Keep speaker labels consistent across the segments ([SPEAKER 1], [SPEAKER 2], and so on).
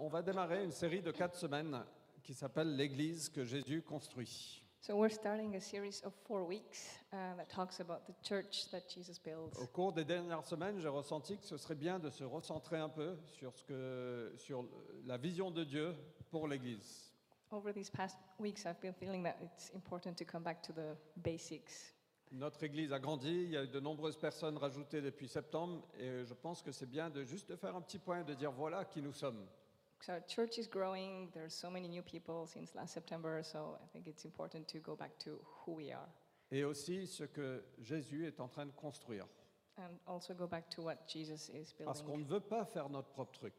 [SPEAKER 1] va démarrer une série de quatre semaines qui s'appelle L'Église que Jésus construit,
[SPEAKER 2] So we're starting a series of four weeks uh, that talks about the church that Jesus builds.
[SPEAKER 1] Au cours des dernières semaines, j'ai ressenti que ce serait bien de se recentrer un peu sur, ce que, sur la vision de Dieu pour l'Église.
[SPEAKER 2] Over these past weeks, I've been feeling that it's important to come back to the basics.
[SPEAKER 1] Notre Église a grandi, il y a eu de nombreuses personnes rajoutées depuis septembre, et je pense que c'est bien de juste de faire un petit point, de dire voilà qui nous sommes.
[SPEAKER 2] So our church is growing. There are so many new people since last September. So I think it's important to go back to who we are
[SPEAKER 1] Et aussi ce que Jésus est en train de construire.
[SPEAKER 2] and also go back to what Jesus is
[SPEAKER 1] Parce qu'on ne
[SPEAKER 2] building.
[SPEAKER 1] veut pas faire notre propre truc,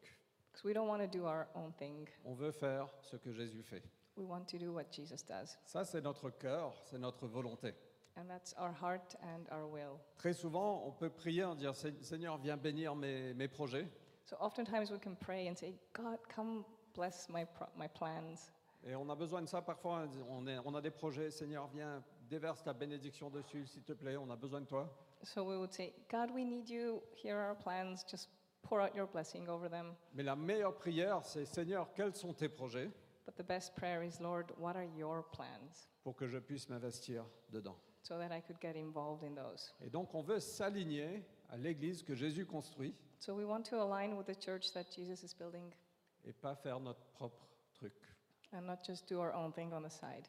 [SPEAKER 2] Because we don't want to do our own thing.
[SPEAKER 1] on veut faire ce que Jésus fait.
[SPEAKER 2] We want to do what Jesus does.
[SPEAKER 1] Ça, c'est notre cœur, c'est notre volonté.
[SPEAKER 2] And that's our heart and our will.
[SPEAKER 1] Très souvent, on peut prier en disant Se- Seigneur, viens bénir mes, mes projets.
[SPEAKER 2] So oftentimes we can pray and say, God, come bless my, pro- my plans.
[SPEAKER 1] Et on a besoin de ça parfois. hein, On, est- on a des projets, Seigneur, viens, déverse ta bénédiction dessus, s'il te plaît, on a besoin de toi.
[SPEAKER 2] So we would say, God, we need you. Here are our plans. Just pour out your blessing over them.
[SPEAKER 1] Mais la meilleure prière, c'est Seigneur, quels sont tes projets
[SPEAKER 2] But the best prayer is, Lord, what are your plans?
[SPEAKER 1] pour que je puisse m'investir dedans.
[SPEAKER 2] So that I could get involved in those.
[SPEAKER 1] Et donc, on veut s'aligner à l'Église que Jésus construit
[SPEAKER 2] So we want to align with the church that Jesus is building
[SPEAKER 1] et pas faire notre propre truc.
[SPEAKER 2] and not just do our own thing on the side.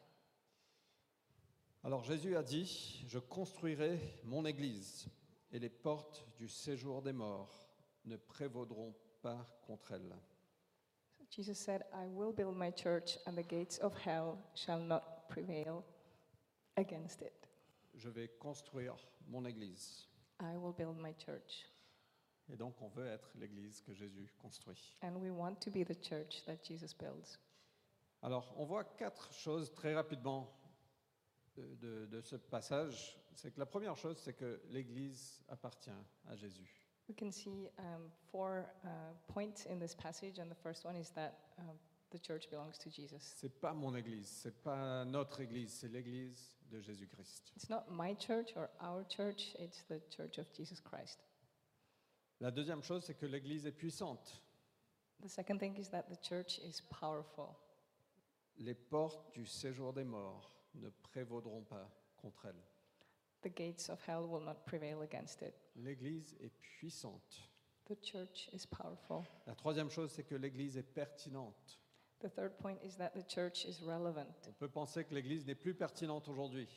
[SPEAKER 1] Alors Jésus a dit, je construirai mon Église et les portes du séjour des morts ne prévaudront pas contre elle.
[SPEAKER 2] Jesus said, I will build my church, and the gates of hell shall not prevail against it.
[SPEAKER 1] Je vais construire mon Église.
[SPEAKER 2] I will build my church.
[SPEAKER 1] Et donc on veut être l'Église que Jésus construit.
[SPEAKER 2] And we want to be the church that Jesus builds.
[SPEAKER 1] Alors on voit quatre choses très rapidement de, de- de ce passage. C'est que la première chose, c'est que l'Église appartient à Jésus.
[SPEAKER 2] We can see um, four uh, points in this passage, and the first one is that um, the church belongs to Jesus.
[SPEAKER 1] C'est pas mon Église, c'est pas notre Église, c'est l'Église de Jésus-Christ.
[SPEAKER 2] It's not my church or our church, it's the church of Jesus Christ.
[SPEAKER 1] La deuxième chose, c'est que l'Église est puissante.
[SPEAKER 2] The second thing is that the church is powerful.
[SPEAKER 1] Les portes du séjour des morts ne prévaudront pas contre elle.
[SPEAKER 2] The gates of hell will not prevail against it.
[SPEAKER 1] L'Église est puissante.
[SPEAKER 2] The church is powerful.
[SPEAKER 1] La troisième chose, c'est que l'Église est pertinente.
[SPEAKER 2] The third point is that the church is relevant.
[SPEAKER 1] On peut penser que l'Église n'est plus pertinente aujourd'hui.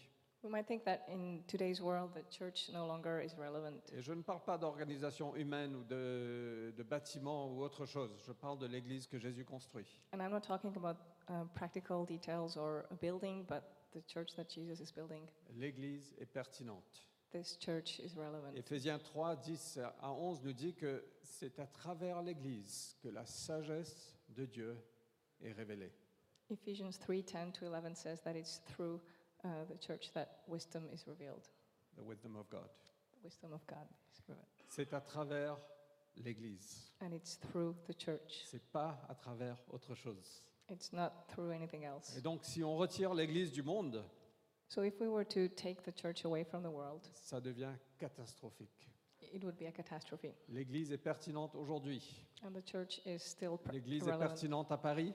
[SPEAKER 2] We might think that in today's world, the church no longer is relevant.
[SPEAKER 1] Et je ne parle pas d'organisation humaine ou de, de bâtiment ou autre chose. Je parle de l'Église que Jésus construit.
[SPEAKER 2] And I'm not talking about uh, practical details or a building, but the church that Jesus is building.
[SPEAKER 1] L'Église est pertinente.
[SPEAKER 2] This church is relevant.
[SPEAKER 1] Éphésiens 3, 10 à 11 nous dit que c'est à travers l'Église que la sagesse de Dieu est révélée.
[SPEAKER 2] Ephesians 3:10 to 11 says that it's through uh, the church that wisdom is revealed.
[SPEAKER 1] The wisdom of God.
[SPEAKER 2] The wisdom of God is revealed.
[SPEAKER 1] C'est à travers l'Église.
[SPEAKER 2] And it's through the church.
[SPEAKER 1] C'est pas à travers autre chose.
[SPEAKER 2] It's not through anything else.
[SPEAKER 1] Et donc, si on retire l'Église du monde,
[SPEAKER 2] So if we were to take the church away from the world,
[SPEAKER 1] ça devient catastrophique.
[SPEAKER 2] it would be a catastrophe.
[SPEAKER 1] L'Église est pertinente aujourd'hui.
[SPEAKER 2] And the church is still pr-
[SPEAKER 1] L'Église est
[SPEAKER 2] relevant.
[SPEAKER 1] pertinente à Paris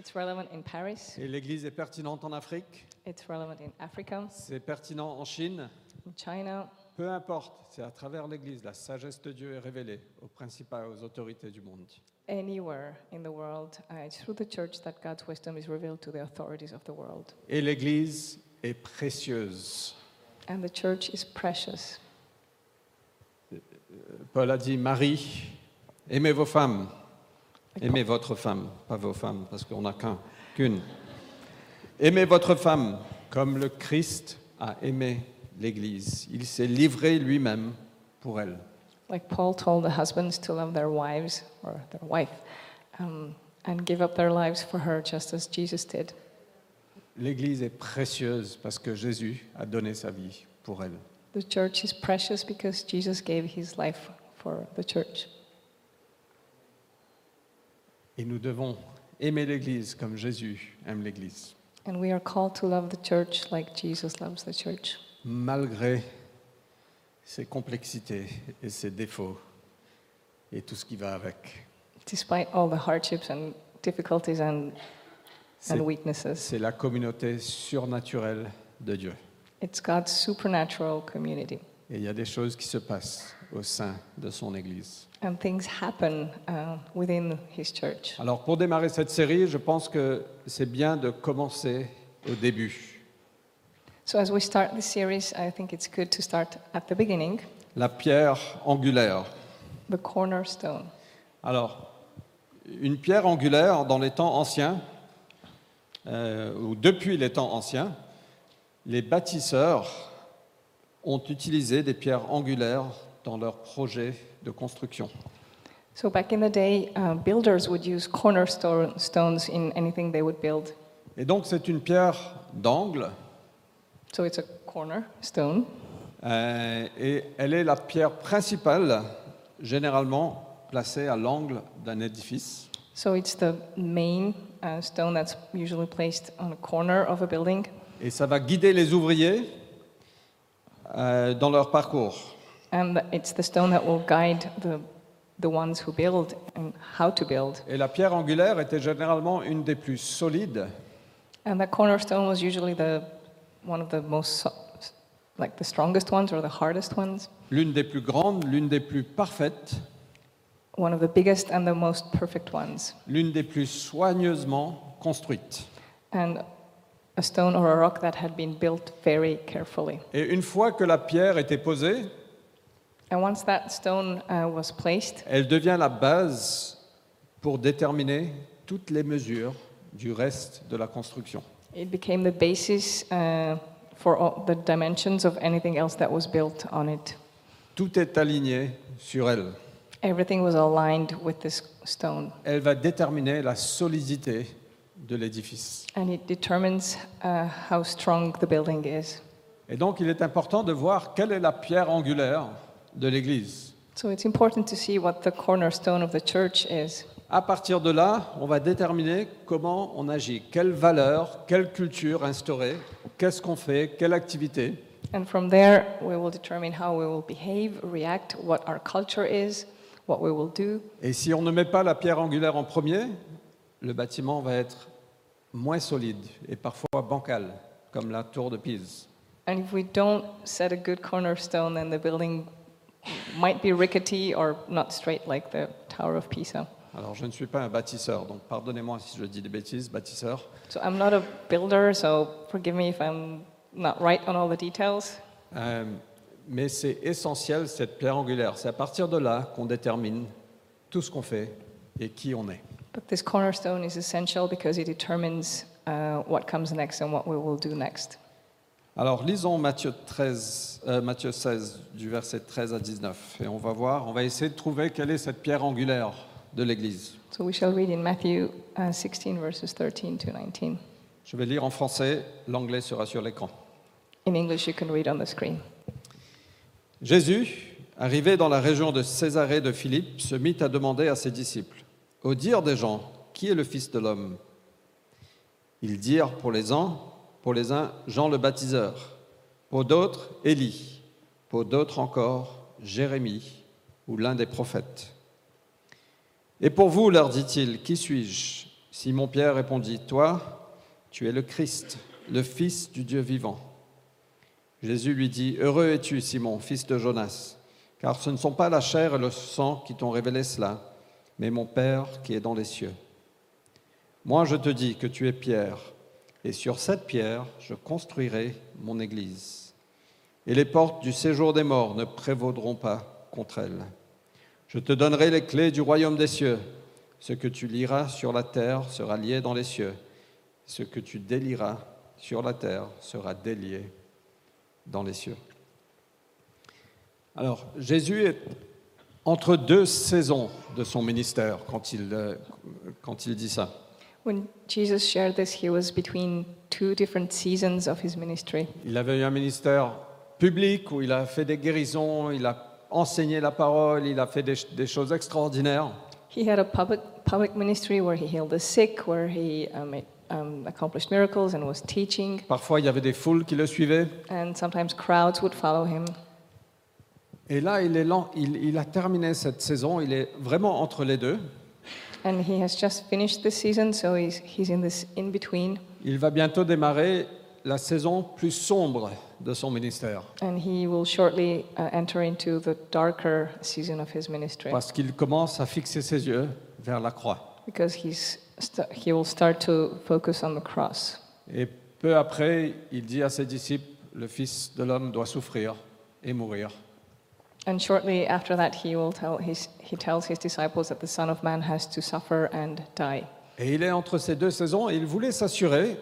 [SPEAKER 2] It's relevant in Paris.
[SPEAKER 1] et l'Église est pertinente en Afrique.
[SPEAKER 2] It's relevant in Africa,
[SPEAKER 1] C'est pertinent en Chine.
[SPEAKER 2] in China.
[SPEAKER 1] Peu importe, c'est à travers l'Église la sagesse de Dieu est révélée aux principales, aux autorités du monde.
[SPEAKER 2] anywhere in the world. Uh, it's through the church that God's wisdom is revealed to the authorities of the world.
[SPEAKER 1] Et l'Église est précieuse.
[SPEAKER 2] And the church is precious.
[SPEAKER 1] Paul a dit Marie, aimez vos femmes, aimez votre femme, pas vos femmes, parce qu'on n'a qu'un, qu'une. Aimez votre femme comme le Christ a aimé l'Église. Il s'est livré lui-même pour elle.
[SPEAKER 2] Like Paul told the husbands to love their wives or their wife um, and give up their lives for her, just as Jesus did.
[SPEAKER 1] L'Église est précieuse parce que Jésus a donné sa vie pour elle.
[SPEAKER 2] The church is precious because Jesus gave his life for the church.
[SPEAKER 1] Et nous devons aimer l'Église comme Jésus aime l'Église,
[SPEAKER 2] And we are called to love the church like Jesus loves the church,
[SPEAKER 1] malgré ses complexités et ses défauts et tout ce qui va avec.
[SPEAKER 2] despite all the hardships and difficulties and,
[SPEAKER 1] C'est
[SPEAKER 2] and weaknesses.
[SPEAKER 1] c'est la communauté surnaturelle de Dieu.
[SPEAKER 2] It's God's supernatural community.
[SPEAKER 1] Et il y a des choses qui se passent au sein de son Église.
[SPEAKER 2] And things happen uh, within His church.
[SPEAKER 1] Alors pour démarrer cette série, je pense que c'est bien de commencer au début.
[SPEAKER 2] So, as we start the series, I think it's good to start at the beginning,
[SPEAKER 1] La pierre angulaire.
[SPEAKER 2] the cornerstone.
[SPEAKER 1] Alors, une pierre angulaire dans les temps anciens, euh, ou depuis les temps anciens, les bâtisseurs ont utilisé des pierres angulaires dans leurs projets de construction.
[SPEAKER 2] So, back in the day, uh, builders would use cornerstone stones in anything they would build.
[SPEAKER 1] Et donc c'est une pierre d'angle,
[SPEAKER 2] So, it's a cornerstone.
[SPEAKER 1] euh, et elle est la pierre principale, généralement placée à l'angle d'un édifice.
[SPEAKER 2] So, it's the main uh, stone that's usually placed on a corner of a building,
[SPEAKER 1] Et ça va guider les ouvriers euh, dans leur parcours.
[SPEAKER 2] and it's the stone that will guide the, the ones who build and how to build.
[SPEAKER 1] Et la pierre angulaire était généralement une des plus solides
[SPEAKER 2] And that cornerstone was usually the one of the most, so- like the strongest ones or the hardest ones,
[SPEAKER 1] l'une des plus grandes, l'une des plus parfaites,
[SPEAKER 2] one of the biggest and the most perfect ones,
[SPEAKER 1] l'une des plus soigneusement construites.
[SPEAKER 2] and a stone or a rock that had been built very carefully.
[SPEAKER 1] Et une fois que la pierre était posée,
[SPEAKER 2] And once that stone uh, was placed,
[SPEAKER 1] elle devient la base pour déterminer toutes les mesures du reste de la construction.
[SPEAKER 2] it became the basis uh, for all the dimensions of anything else that was built on it.
[SPEAKER 1] Tout est aligné sur elle.
[SPEAKER 2] Everything was aligned with this stone,
[SPEAKER 1] Elle va déterminer la solidité de l'édifice.
[SPEAKER 2] and it determines uh, how strong the building is.
[SPEAKER 1] Et donc il est important de voir quelle est la pierre angulaire de l'Église.
[SPEAKER 2] So it's important to see what the cornerstone of the church is.
[SPEAKER 1] À partir de là, on va déterminer comment on agit, quelle valeur, quelle culture instaurer, qu'est-ce qu'on fait, quelle activité.
[SPEAKER 2] And from there, we will determine how we will behave, react, what our culture is, what we will do.
[SPEAKER 1] Et si on ne met pas la pierre angulaire en premier, le bâtiment va être moins solide et parfois bancal, comme la tour de Pise.
[SPEAKER 2] And if we don't set a good cornerstone, then the building might be rickety or not straight like the Tower of Pisa.
[SPEAKER 1] Alors je ne suis pas un bâtisseur, donc pardonnez-moi si je dis des bêtises, bâtisseur.
[SPEAKER 2] So I'm not a builder, so forgive me if I'm not right on all the details.
[SPEAKER 1] Euh, mais c'est essentiel cette pierre angulaire. C'est à partir de là qu'on détermine tout ce qu'on fait et qui on est.
[SPEAKER 2] But this cornerstone is essential because it determines uh, what comes next and what we will do next.
[SPEAKER 1] Alors lisons Matthieu, 13, euh, Matthieu 16, du verset 13 à 19, et on va voir, on va essayer de trouver quelle est cette pierre angulaire de l'Église.
[SPEAKER 2] So we shall read in Matthew uh, 16, verses 13 to 19.
[SPEAKER 1] Je vais lire en français, l'anglais sera sur l'écran.
[SPEAKER 2] In English, you can read on the screen.
[SPEAKER 1] Jésus, arrivé dans la région de Césarée de Philippe, se mit à demander à ses disciples, au dire des gens, qui est le Fils de l'homme Ils dirent pour les uns, pour les uns, Jean le baptiseur, pour d'autres, Élie, pour d'autres encore, Jérémie ou l'un des prophètes. Et pour vous, leur dit-il, qui suis-je Simon Pierre répondit, Toi, tu es le Christ, le Fils du Dieu vivant. Jésus lui dit, Heureux es-tu, Simon, fils de Jonas, car ce ne sont pas la chair et le sang qui t'ont révélé cela, mais mon Père qui est dans les cieux. Moi je te dis que tu es Pierre, et sur cette pierre je construirai mon Église. Et les portes du séjour des morts ne prévaudront pas contre elle. Je te donnerai les clés du royaume des cieux. Ce que tu liras sur la terre sera lié dans les cieux. Ce que tu délieras sur la terre sera délié dans les cieux. Alors, Jésus est entre deux saisons de son ministère quand il, euh, quand il dit ça.
[SPEAKER 2] When Jesus shared this, he was between two different seasons of his ministry.
[SPEAKER 1] Il avait eu un ministère public où il a fait des guérisons, il a enseigné la parole, il a fait des, des choses extraordinaires.
[SPEAKER 2] He had a public, public ministry where he healed the sick, where he um, made- um, accomplished miracles and was teaching,
[SPEAKER 1] Parfois, il y avait des foules qui le suivaient.
[SPEAKER 2] and sometimes crowds would follow him.
[SPEAKER 1] Et là, il, est lent- il- il a terminé cette saison, il est vraiment entre les deux.
[SPEAKER 2] And he has just finished this season, so he's, he's in this in between.
[SPEAKER 1] Il va bientôt démarrer la saison plus sombre de son ministère
[SPEAKER 2] And he will shortly uh, enter into the darker season of his ministry
[SPEAKER 1] parce qu'il commence à fixer ses yeux vers la croix.
[SPEAKER 2] because he's st- he will start to focus on the cross.
[SPEAKER 1] Et peu après, il dit à ses disciples, le Fils de l'homme doit souffrir et mourir.
[SPEAKER 2] And shortly after that, he will tell his, he tells his disciples that the Son of Man has to suffer and die.
[SPEAKER 1] Et il est entre ces deux saisons et il voulait s'assurer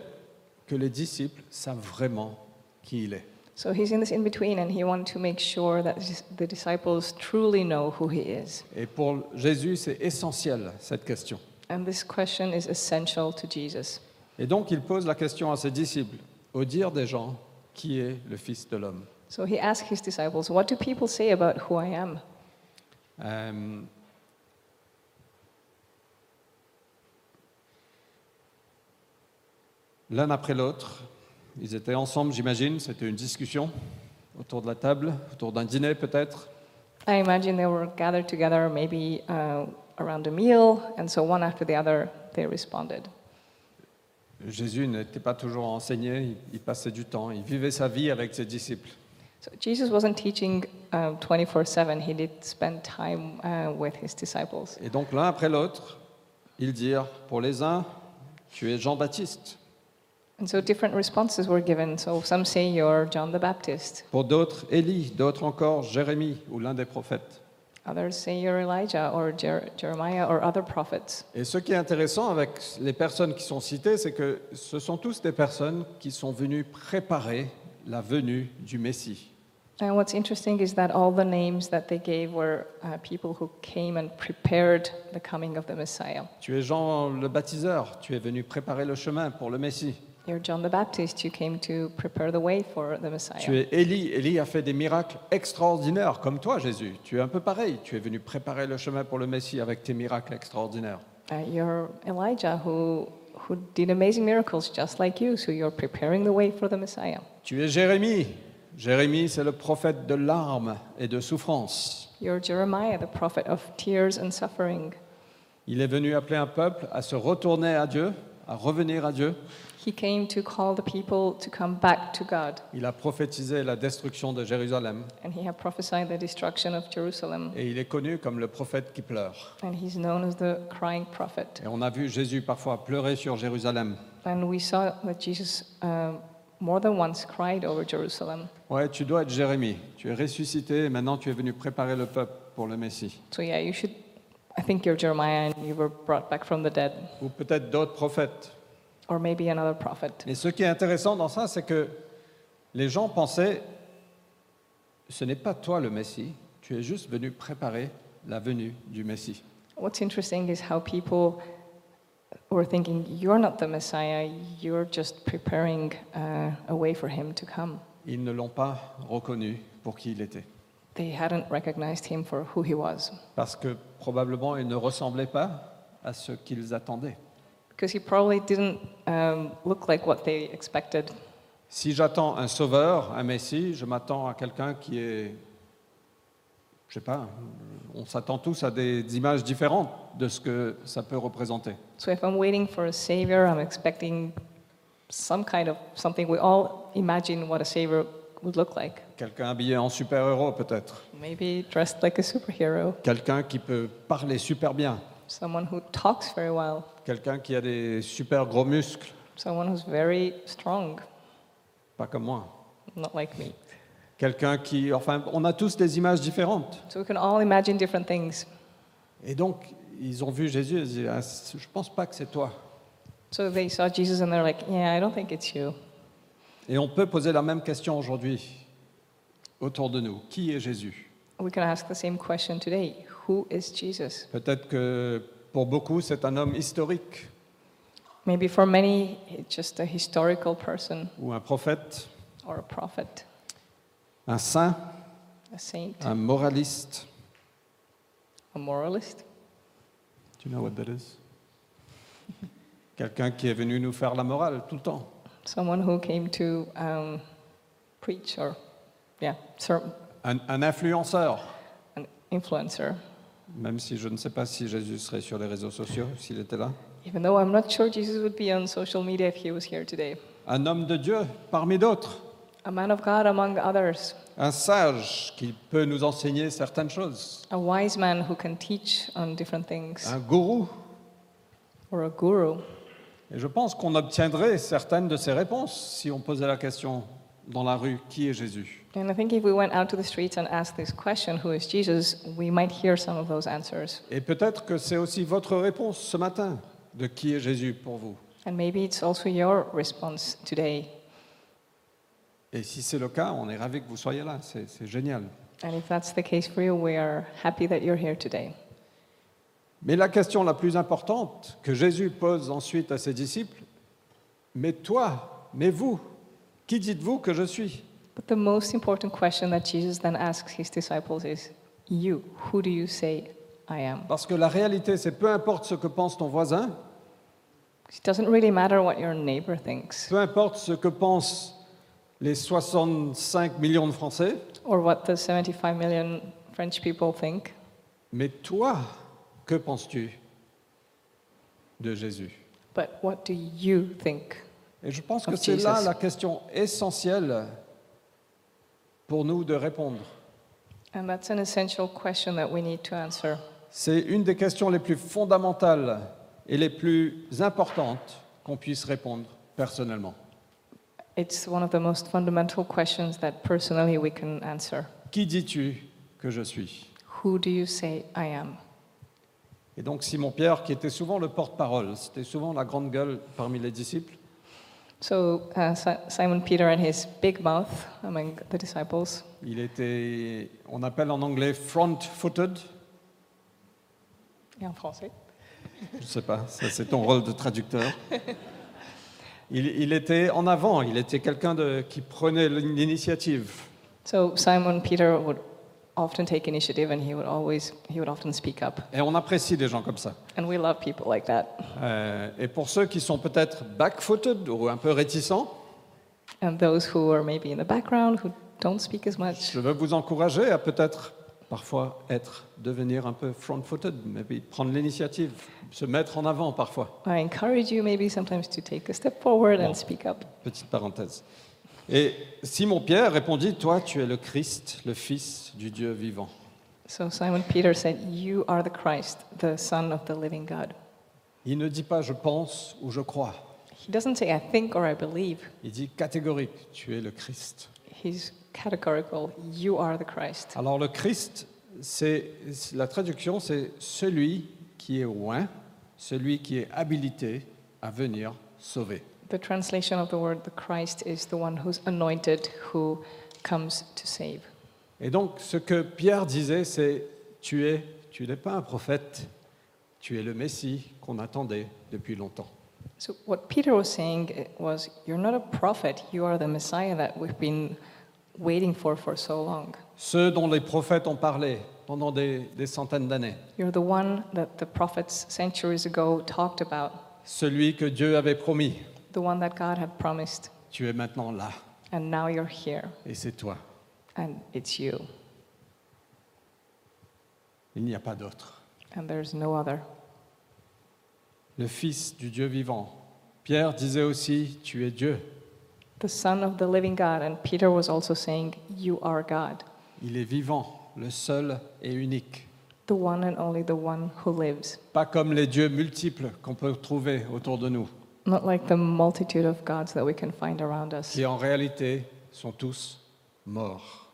[SPEAKER 1] que les disciples savent vraiment qui il est.
[SPEAKER 2] So he's in this in between, and he wanted to make sure that his- the disciples truly know who he is.
[SPEAKER 1] Et pour Jésus, c'est essentiel, cette question.
[SPEAKER 2] And this question is essential to Jesus.
[SPEAKER 1] Et donc, il pose la question à ses disciples, au dire des gens, qui est le Fils de l'homme
[SPEAKER 2] So he asked his disciples, What do people say about who I am?
[SPEAKER 1] Euh, L'un après l'autre, ils étaient ensemble, j'imagine, c'était une discussion autour de la table, autour d'un dîner peut-être.
[SPEAKER 2] I imagine they were gathered together, maybe uh, around a meal, and so one after the other they responded.
[SPEAKER 1] Jésus n'était pas toujours enseigné, il, il passait du temps, il vivait sa vie avec ses disciples.
[SPEAKER 2] So Jesus wasn't teaching 24 7, he did spend time uh, with his disciples.
[SPEAKER 1] Et donc l'un après l'autre, ils dirent, pour les uns, tu es Jean-Baptiste,
[SPEAKER 2] And so different responses were given. So some say you're John the Baptist,
[SPEAKER 1] pour d'autres Élie, d'autres encore Jérémie ou l'un des prophètes.
[SPEAKER 2] others say you're Elijah or Jer- Jeremiah or other prophets.
[SPEAKER 1] Et ce qui est intéressant avec les personnes qui sont citées, c'est que ce sont tous des personnes qui sont venues préparer la venue du Messie.
[SPEAKER 2] And what's interesting is that all the names that they gave were uh, people who came and prepared the coming of the Messiah.
[SPEAKER 1] Tu es Jean le baptiseur, tu es venu préparer le chemin pour le Messie.
[SPEAKER 2] You're John the Baptist, you came to prepare the way for the Messiah.
[SPEAKER 1] Tu es Élie, Élie a fait des miracles extraordinaires, comme toi Jésus. Tu es un peu pareil, tu es venu préparer le chemin pour le Messie avec tes miracles extraordinaires.
[SPEAKER 2] Uh, you're Elijah who, who did amazing miracles just like you, so you're preparing the way for the Messiah.
[SPEAKER 1] Tu es Jérémie, Jérémie c'est le prophète de larmes et de souffrance.
[SPEAKER 2] You're Jeremiah, the prophet of tears and suffering.
[SPEAKER 1] Il est venu appeler un peuple à se retourner à Dieu, à revenir à Dieu.
[SPEAKER 2] He came to call the people to come back to God,
[SPEAKER 1] Il a prophétisé la destruction de Jérusalem
[SPEAKER 2] and he had prophesied the destruction of Jerusalem.
[SPEAKER 1] et il est connu comme le prophète qui pleure.
[SPEAKER 2] And he's known as the crying prophet.
[SPEAKER 1] Et on a vu Jésus parfois pleurer sur Jérusalem.
[SPEAKER 2] And we saw that Jesus um, more than once cried over Jerusalem.
[SPEAKER 1] Ouais, tu dois être Jérémie. Tu es ressuscité et maintenant tu es venu préparer le peuple pour le Messie.
[SPEAKER 2] So, yeah, you should. I think you're Jeremiah and you were brought back from the dead,
[SPEAKER 1] Ou peut-être d'autres prophètes.
[SPEAKER 2] or maybe another prophet.
[SPEAKER 1] Mais ce qui est intéressant dans ça, c'est que les gens pensaient ce n'est pas toi le Messie, tu es juste venu préparer la venue du Messie.
[SPEAKER 2] What's interesting is how people were thinking, You're not the Messiah, you're just preparing uh, a way for him to come.
[SPEAKER 1] Ils ne l'ont pas reconnu pour qui il était.
[SPEAKER 2] They hadn't recognized him for who he was
[SPEAKER 1] Parce que probablement il ne ressemblait pas à ce qu'ils attendaient.
[SPEAKER 2] because he probably didn't um, look like what they expected.
[SPEAKER 1] Si j'attends un sauveur, un Messie, je m'attends à quelqu'un qui est, je sais pas, on s'attend tous à des images différentes de ce que ça peut représenter.
[SPEAKER 2] So if I'm waiting for a savior, I'm expecting some kind of something we all imagine what a savior would look like.
[SPEAKER 1] Quelqu'un habillé en super-héros peut-être,
[SPEAKER 2] Maybe dressed like a superhero,
[SPEAKER 1] quelqu'un qui peut parler super bien,
[SPEAKER 2] someone who talks very well,
[SPEAKER 1] quelqu'un qui a des super gros muscles,
[SPEAKER 2] someone who's very strong,
[SPEAKER 1] pas comme moi.
[SPEAKER 2] not like me.
[SPEAKER 1] Quelqu'un qui, enfin, on a tous des images différentes.
[SPEAKER 2] So we can all imagine different things.
[SPEAKER 1] Et donc, ils ont vu Jésus et ils disent, Ah, je pense pas que c'est toi.
[SPEAKER 2] So they saw Jesus and they're like, yeah, I don't think it's you.
[SPEAKER 1] Et on peut poser la même question aujourd'hui autour de nous. Qui est Jésus
[SPEAKER 2] We can ask the same question today Who is Jesus?
[SPEAKER 1] Peut-être que pour beaucoup, c'est un homme historique
[SPEAKER 2] Maybe for many, it's just a historical person
[SPEAKER 1] ou un prophète,
[SPEAKER 2] or a prophet,
[SPEAKER 1] un saint,
[SPEAKER 2] a saint,
[SPEAKER 1] un moraliste.
[SPEAKER 2] a moralist.
[SPEAKER 1] Do you know what that is? Quelqu'un qui est venu nous faire la morale tout le temps.
[SPEAKER 2] someone who came to um, preach or yeah ser-
[SPEAKER 1] Un, un influenceur,
[SPEAKER 2] an influencer
[SPEAKER 1] Même si je ne sais pas si Jésus serait sur les réseaux sociaux, s'il était là.
[SPEAKER 2] Even though I'm not sure Jesus would be on social media if he was here today.
[SPEAKER 1] Un homme de Dieu parmi d'autres.
[SPEAKER 2] A man of God among others,
[SPEAKER 1] Un sage qui peut nous enseigner certaines choses.
[SPEAKER 2] a wise man who can teach on different things,
[SPEAKER 1] Un gourou.
[SPEAKER 2] or a guru.
[SPEAKER 1] Et je pense qu'on obtiendrait certaines de ces réponses si on posait la question dans la rue, qui est Jésus
[SPEAKER 2] And I think if we went out to the streets and asked this question, who is Jesus, we might hear some of those answers.
[SPEAKER 1] Et peut-être que c'est aussi votre réponse ce matin de qui est Jésus pour vous.
[SPEAKER 2] And maybe it's also your response today.
[SPEAKER 1] Et si c'est le cas, on est ravi que vous soyez là, c'est c'est génial.
[SPEAKER 2] And if that's the case for you, we are happy that you're here today.
[SPEAKER 1] Mais la question la plus importante que Jésus pose ensuite à ses disciples, mais toi, mais vous, qui dites-vous que je suis
[SPEAKER 2] But the most important question that Jesus then asks his disciples is, You, who do you say I am?
[SPEAKER 1] Parce que la réalité, c'est peu importe ce que pense ton voisin,
[SPEAKER 2] It doesn't really matter what your neighbor thinks
[SPEAKER 1] peu importe ce que pensent les 65 millions de Français,
[SPEAKER 2] or what the 75 million French people think.
[SPEAKER 1] mais toi, que penses-tu de Jésus
[SPEAKER 2] But what do you think?
[SPEAKER 1] Et je pense que
[SPEAKER 2] Of
[SPEAKER 1] c'est là
[SPEAKER 2] Jesus.
[SPEAKER 1] la question essentielle pour nous de répondre.
[SPEAKER 2] And that's an essential question that we need to answer.
[SPEAKER 1] C'est une des questions les plus fondamentales et les plus importantes qu'on puisse répondre personnellement.
[SPEAKER 2] It's one of the most fundamental questions that personally we can answer.
[SPEAKER 1] Qui dis-tu que je suis
[SPEAKER 2] Who do you say I am?
[SPEAKER 1] Et donc Simon-Pierre, qui était souvent le porte-parole, c'était souvent la grande gueule parmi les disciples,
[SPEAKER 2] So uh, Si- Simon Peter and his big mouth among the disciples,
[SPEAKER 1] il était, on appelle en anglais front-footed,
[SPEAKER 2] en français.
[SPEAKER 1] je ne sais pas, ça c'est ton rôle de traducteur. Il, il était en avant, il était quelqu'un de- qui prenait l'initiative.
[SPEAKER 2] So Simon Peter would often take initiative and he would always he would often speak up.
[SPEAKER 1] Et on apprécie des gens comme ça.
[SPEAKER 2] And we love people like that.
[SPEAKER 1] Euh, et pour ceux qui sont peut-être back-footed ou un peu réticents,
[SPEAKER 2] And those who are maybe in the background who don't speak as much,
[SPEAKER 1] Je veux vous encourager à peut-être parfois être, devenir un peu front-footed, maybe prendre l'initiative, se mettre en avant parfois.
[SPEAKER 2] I encourage you maybe sometimes to take a step forward and speak up.
[SPEAKER 1] Petite parenthèse. Et Simon Pierre répondit Toi, tu es le Christ, le Fils du Dieu vivant.
[SPEAKER 2] So Simon Peter said, "You are the Christ, the Son of the living God."
[SPEAKER 1] Il ne dit pas je pense ou je crois.
[SPEAKER 2] He doesn't say I think or I believe.
[SPEAKER 1] Il dit catégorique Tu es le Christ.
[SPEAKER 2] He's categorical. You are the Christ.
[SPEAKER 1] Alors le Christ, c'est la traduction, c'est celui qui est loin, celui qui est habilité à venir sauver.
[SPEAKER 2] The translation of the word the Christ is the one who's anointed, who comes to save.
[SPEAKER 1] Et donc, ce que Pierre disait, c'est Tu es, tu n'es pas un prophète, tu es le Messie qu'on attendait depuis longtemps.
[SPEAKER 2] So what Peter was saying eh, was, "You're not a prophet. You are the Messiah that we've been waiting for for so long.
[SPEAKER 1] Ceux dont les prophètes ont parlé pendant des, des centaines d'années,
[SPEAKER 2] You're the one that the prophets centuries ago talked about,
[SPEAKER 1] celui que Dieu avait promis,
[SPEAKER 2] the one that God had promised,
[SPEAKER 1] tu es maintenant là,
[SPEAKER 2] and now you're here,
[SPEAKER 1] et c'est toi.
[SPEAKER 2] and it's you."
[SPEAKER 1] Il n'y a pas d'autre.
[SPEAKER 2] And there's no other.
[SPEAKER 1] Le Fils du Dieu vivant. Pierre disait aussi Tu es Dieu.
[SPEAKER 2] The Son of the living God. And Peter was also saying, You are God,
[SPEAKER 1] Il est vivant, le seul et unique.
[SPEAKER 2] the one and only the one who lives.
[SPEAKER 1] Pas comme les dieux multiples qu'on peut trouver autour de nous,
[SPEAKER 2] Not like the multitude of gods that we can find around us.
[SPEAKER 1] qui en réalité sont tous morts.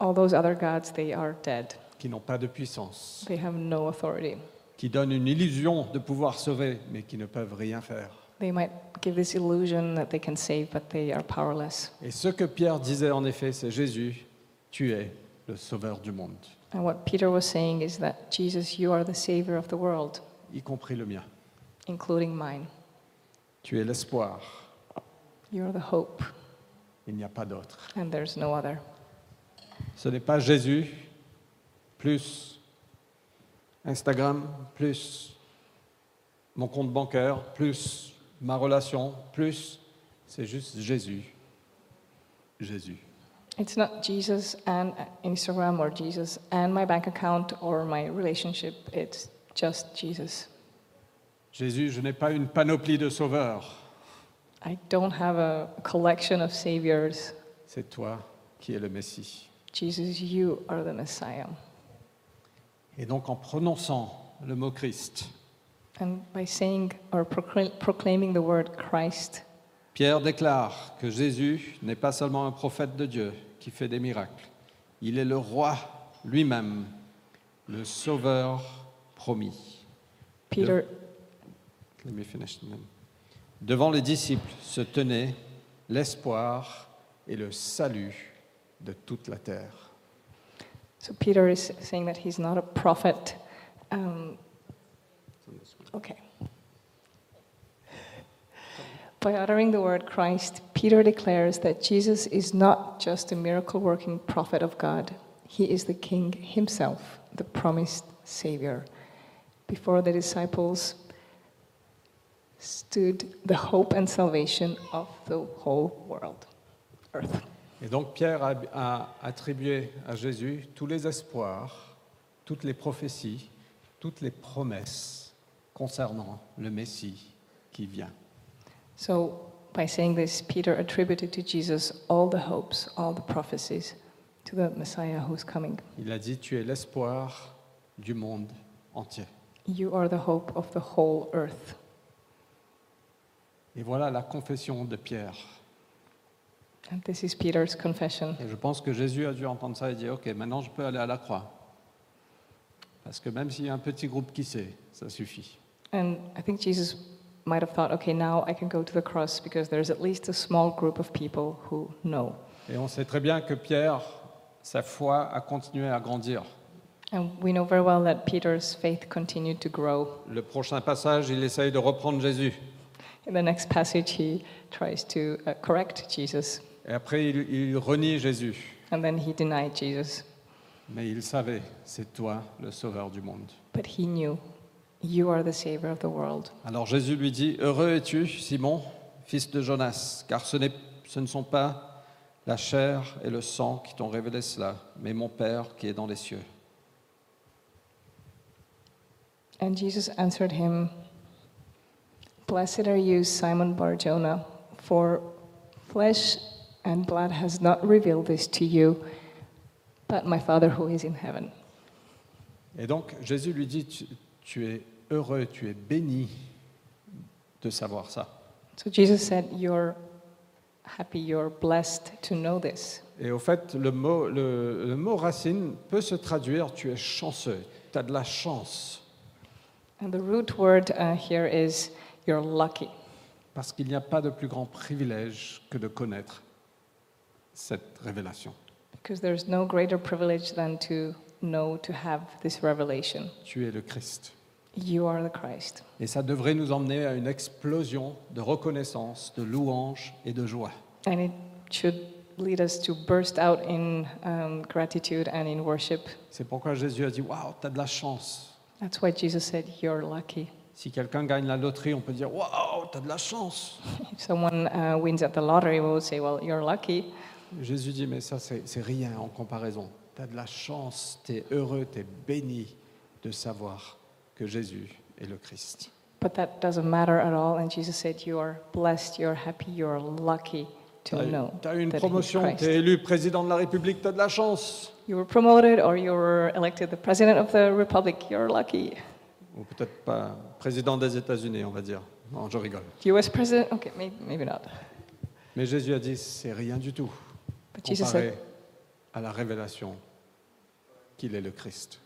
[SPEAKER 2] All those other gods, they are dead.
[SPEAKER 1] qui n'ont pas de puissance,
[SPEAKER 2] They have no authority.
[SPEAKER 1] qui donnent une illusion de pouvoir sauver, mais qui ne peuvent rien faire.
[SPEAKER 2] They might give this illusion that they can save, but they are powerless.
[SPEAKER 1] Et ce que Pierre disait en effet, c'est Jésus, tu es le sauveur du monde,
[SPEAKER 2] And what Peter was saying is that Jesus, you are the Savior of the world,
[SPEAKER 1] y compris le mien.
[SPEAKER 2] including mine.
[SPEAKER 1] Tu es l'espoir,
[SPEAKER 2] You're the hope,
[SPEAKER 1] il n'y a pas d'autre.
[SPEAKER 2] and there's no other.
[SPEAKER 1] Ce n'est pas Jésus plus Instagram, plus mon compte bancaire, plus ma relation, plus... C'est juste Jésus. Jésus.
[SPEAKER 2] It's not Jesus and uh, Instagram or Jesus and my bank account or my relationship. It's just Jesus.
[SPEAKER 1] Jésus, je n'ai pas une panoplie de sauveurs.
[SPEAKER 2] I don't have a collection of saviors.
[SPEAKER 1] C'est toi qui es le Messie.
[SPEAKER 2] Jesus, you are the Messiah.
[SPEAKER 1] Et donc en prononçant le mot Christ,
[SPEAKER 2] And by saying or proclaim, proclaiming the word Christ,
[SPEAKER 1] Pierre déclare que Jésus n'est pas seulement un prophète de Dieu qui fait des miracles, il est le roi lui-même, le sauveur promis.
[SPEAKER 2] Peter,
[SPEAKER 1] Let me finish then. Devant les disciples se tenaient l'espoir et le salut de toute la terre.
[SPEAKER 2] so Peter is saying that he's not a prophet. Um, okay. By uttering the word Christ, Peter declares that Jesus is not just a miracle working prophet of God, he is the King himself, the promised Savior. Before the disciples stood the hope and salvation of the whole world, earth.
[SPEAKER 1] Et donc Pierre a, a attribué à Jésus tous les espoirs, toutes les prophéties, toutes les promesses concernant le Messie qui vient.
[SPEAKER 2] So, by saying this, Peter attributed to Jesus all the hopes, all the prophecies to the Messiah who's coming.
[SPEAKER 1] Il a dit, tu es l'espoir du monde entier.
[SPEAKER 2] You are the hope of the whole earth.
[SPEAKER 1] Et voilà la confession de Pierre.
[SPEAKER 2] And this is Peter's confession.
[SPEAKER 1] Et je pense que Jésus a dû entendre ça et dire, OK, maintenant je peux aller à la croix. Parce que même s'il y a un petit groupe qui sait, ça suffit.
[SPEAKER 2] And I think Jesus might have thought, okay, now I can go to the cross because there's at least a small group of people who know.
[SPEAKER 1] Et on sait très bien que Pierre, sa foi a continué à grandir.
[SPEAKER 2] And we know very well that Peter's faith continued to grow.
[SPEAKER 1] Le prochain passage, il essaye de reprendre Jésus.
[SPEAKER 2] In the next passage, he tries to uh, correct Jesus,
[SPEAKER 1] Et après, il, il renie Jésus.
[SPEAKER 2] and then he denied Jesus.
[SPEAKER 1] Mais il savait, c'est toi le sauveur du monde.
[SPEAKER 2] But he knew, You are the Savior of the world.
[SPEAKER 1] Alors Jésus lui dit, Heureux es-tu, Simon, fils de Jonas, car ce, n'est- ce ne sont pas la chair et le sang qui t'ont révélé cela, mais mon Père qui est dans les cieux.
[SPEAKER 2] And Jesus answered him, Blessed are you, Simon Barjona, for flesh and blood has not revealed this to you, but my Father who is in heaven.
[SPEAKER 1] Et donc Jésus lui dit, tu, tu es heureux, tu es béni de savoir ça.
[SPEAKER 2] So Jesus said, You're happy, you're blessed to know this.
[SPEAKER 1] Et au fait, le mot, le- le mot racine peut se traduire, tu es chanceux, tu as de la chance,
[SPEAKER 2] And the root word uh, here is, You're lucky,
[SPEAKER 1] parce qu'il n'y a pas de plus grand privilège que de connaître cette révélation.
[SPEAKER 2] because there's no greater privilege than to know, to have this revelation.
[SPEAKER 1] Tu es le Christ.
[SPEAKER 2] You are the Christ.
[SPEAKER 1] Et ça devrait nous emmener à une explosion de reconnaissance, de louange et de joie.
[SPEAKER 2] And it should lead us to burst out in um, gratitude and in worship.
[SPEAKER 1] C'est pourquoi Jésus a dit Waouh, t'as de la chance.
[SPEAKER 2] That's why Jesus said, You're lucky.
[SPEAKER 1] Si quelqu'un gagne la loterie, on peut dire Waouh, t'as de la chance.
[SPEAKER 2] If someone uh, wins at the lottery, we would say, Well, you're lucky.
[SPEAKER 1] Jésus dit Mais ça, c'est c'est rien en comparaison. T'as de la chance, t'es heureux, t'es béni de savoir que Jésus est le Christ.
[SPEAKER 2] But that doesn't matter at all. And Jesus said, You are blessed, you're happy, you're lucky to
[SPEAKER 1] T'as
[SPEAKER 2] know.
[SPEAKER 1] t'as eu une
[SPEAKER 2] that he's
[SPEAKER 1] promotion,
[SPEAKER 2] Christ."
[SPEAKER 1] t'es élu président de la République, t'as de la chance.
[SPEAKER 2] You were promoted or you were elected the president of the republic, you're lucky.
[SPEAKER 1] Ou peut-être pas président des États-Unis, on va dire. Non, je rigole.
[SPEAKER 2] US president? Okay, maybe, maybe not.
[SPEAKER 1] Mais Jésus a dit C'est rien du tout.
[SPEAKER 2] But Jesus
[SPEAKER 1] comparé
[SPEAKER 2] said,
[SPEAKER 1] à la révélation qu'il est le Christ.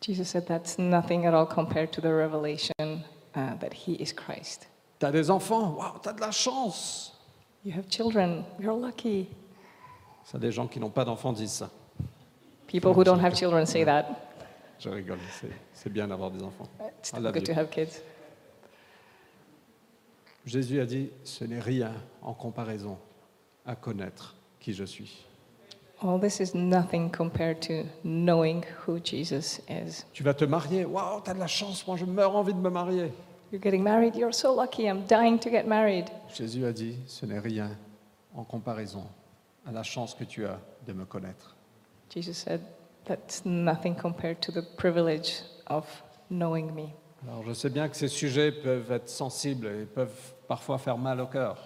[SPEAKER 2] Jesus said, That's nothing at all compared to the revelation uh, that he is Christ.
[SPEAKER 1] Tu as des enfants, waouh, tu as de la chance.
[SPEAKER 2] You have children. You're lucky.
[SPEAKER 1] Ça, des gens qui n'ont pas d'enfants disent ça.
[SPEAKER 2] People who don't have children say that.
[SPEAKER 1] Je rigole, c'est- c'est bien d'avoir des enfants.
[SPEAKER 2] It's
[SPEAKER 1] I
[SPEAKER 2] still
[SPEAKER 1] love
[SPEAKER 2] good to
[SPEAKER 1] you.
[SPEAKER 2] have kids.
[SPEAKER 1] Jésus a dit, ce n'est rien en comparaison à connaître qui je suis.
[SPEAKER 2] All this is nothing compared to knowing who Jesus is.
[SPEAKER 1] Tu vas te marier, waouh, tu as de la chance, moi je meurs envie de me marier.
[SPEAKER 2] You're getting married. You're so lucky. I'm dying to get married.
[SPEAKER 1] Jésus a dit, ce n'est rien en comparaison à la chance que tu as de me connaître.
[SPEAKER 2] Jesus said, That's nothing compared to the privilege of knowing me.
[SPEAKER 1] Alors je sais bien que ces sujets peuvent être sensibles et peuvent parfois faire mal au cœur,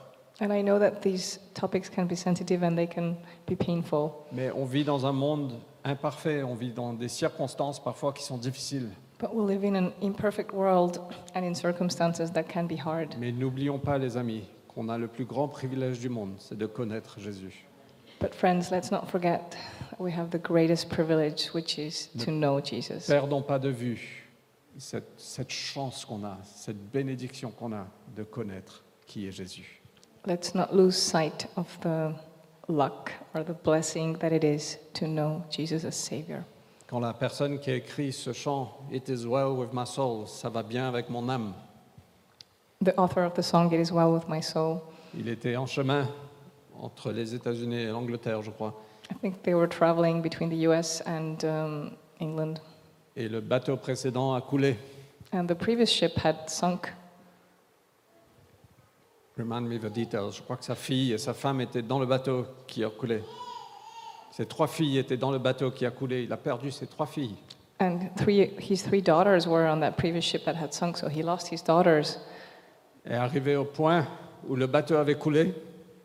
[SPEAKER 2] And I know that these topics can be sensitive and they can be painful,
[SPEAKER 1] mais on vit dans un monde imparfait, on vit dans des circonstances parfois qui sont difficiles.
[SPEAKER 2] but we live in an imperfect world and in circumstances that can be hard.
[SPEAKER 1] Mais n'oublions pas, les amis, qu'on a le plus grand privilège du monde, c'est de connaître Jésus.
[SPEAKER 2] But friends, let's not forget that we have the greatest privilege, which is to know Jesus.
[SPEAKER 1] Perdons pas de vue cette, cette chance qu'on a, cette bénédiction qu'on a de connaître qui est Jésus.
[SPEAKER 2] Let's not lose sight of the luck or the blessing that it is to know Jesus as Savior.
[SPEAKER 1] Quand la personne qui a écrit ce chant It is well with my soul, ça va bien avec mon âme,
[SPEAKER 2] The author of the song It Is Well With My Soul,
[SPEAKER 1] il était en chemin entre les États-Unis et l'Angleterre, je crois,
[SPEAKER 2] I think they were traveling between the US and um, England,
[SPEAKER 1] et le bateau précédent a coulé.
[SPEAKER 2] and the previous ship had sunk.
[SPEAKER 1] Remind me the details. Je crois que sa fille et sa femme étaient dans le bateau qui a coulé. Ses trois filles étaient dans le bateau qui a coulé. Il a perdu ses trois filles.
[SPEAKER 2] And three, his three daughters were on that previous ship that had sunk, so he lost his daughters.
[SPEAKER 1] Et arrivé au point où le bateau avait coulé,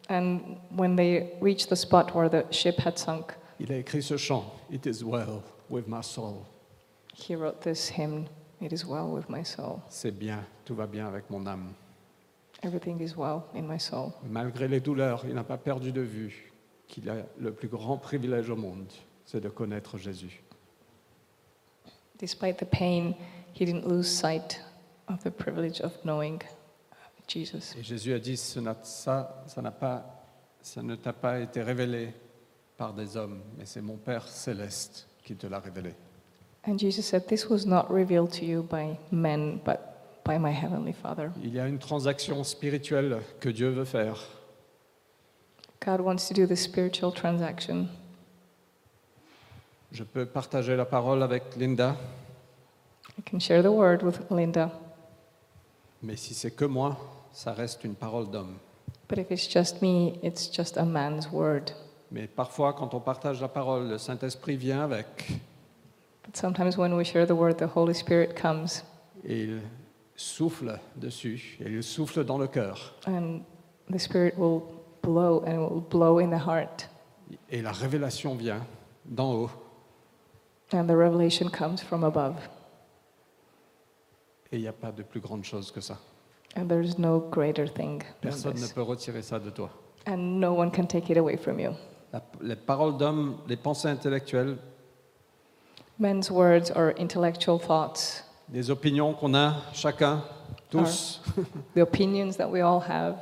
[SPEAKER 2] And when they reached the spot where the ship had sunk,
[SPEAKER 1] il a écrit ce chant It is well with my soul.
[SPEAKER 2] he wrote this hymn It is well with my soul.
[SPEAKER 1] C'est bien, tout va bien avec mon âme.
[SPEAKER 2] Everything is well in my soul.
[SPEAKER 1] Malgré les douleurs, il n'a pas perdu de vue qu'il a le plus grand privilège au monde, c'est de connaître Jésus.
[SPEAKER 2] Despite the pain, he didn't lose sight of the privilege of knowing uh, Jesus.
[SPEAKER 1] Et Jésus a dit Ce n'a- ça, ça n'a pas, ça ne t'a pas été révélé par des hommes, mais c'est mon Père céleste qui te l'a révélé.
[SPEAKER 2] And Jesus said, This was not revealed to you by men, but by my heavenly Father.
[SPEAKER 1] Il y a une transaction spirituelle que Dieu veut faire.
[SPEAKER 2] God wants to do this spiritual transaction.
[SPEAKER 1] Je peux partager la parole avec Linda,
[SPEAKER 2] I can share the word with Linda,
[SPEAKER 1] mais si c'est que moi, ça reste une parole d'homme.
[SPEAKER 2] but if it's just me, it's just a man's word.
[SPEAKER 1] Mais parfois, quand on partage la parole, le Saint-Esprit vient avec
[SPEAKER 2] But sometimes when we share the word, the Holy Spirit comes
[SPEAKER 1] et il souffle dessus, et il souffle dans le cœur.
[SPEAKER 2] and the Spirit will blow and it will blow in the heart.
[SPEAKER 1] Et la révélation vient d'en haut.
[SPEAKER 2] And the revelation comes from above.
[SPEAKER 1] Et il n'y a pas de plus grande chose que ça.
[SPEAKER 2] And there is no greater thing than
[SPEAKER 1] Personne ne
[SPEAKER 2] this.
[SPEAKER 1] peut retirer ça de toi.
[SPEAKER 2] And no one can take it away from you.
[SPEAKER 1] La- les paroles d'homme, les pensées intellectuelles,
[SPEAKER 2] Men's words or intellectual thoughts,
[SPEAKER 1] les opinions qu'on a chacun, tous,
[SPEAKER 2] the opinions that we all have,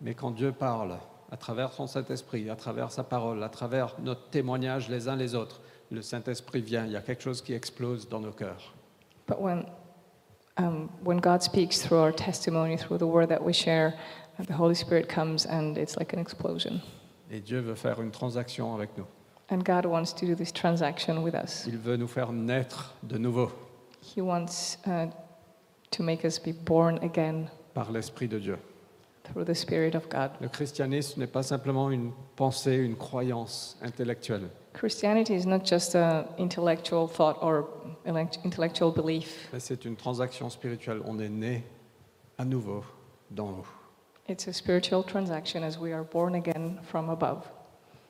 [SPEAKER 1] mais quand Dieu parle, à travers son Saint-Esprit, à travers sa parole, à travers notre témoignage les uns les autres, le Saint-Esprit vient, il y a quelque chose qui explose dans nos cœurs.
[SPEAKER 2] but when, um, when God speaks through our testimony, through the word that we share, the Holy Spirit comes and it's like an explosion.
[SPEAKER 1] Et Dieu veut faire une transaction avec nous.
[SPEAKER 2] And God wants to do this transaction with us.
[SPEAKER 1] Il veut nous faire naître de nouveau
[SPEAKER 2] He wants uh, to make us be born again
[SPEAKER 1] par l'Esprit de Dieu.
[SPEAKER 2] through the Spirit of God.
[SPEAKER 1] Le christianisme n'est pas simplement une pensée, une croyance intellectuelle.
[SPEAKER 2] Christianity is not just an intellectual thought or elect- intellectual belief.
[SPEAKER 1] Mais c'est une transaction spirituelle. On est né à nouveau d'en haut.
[SPEAKER 2] It's a spiritual transaction as we are born again from above.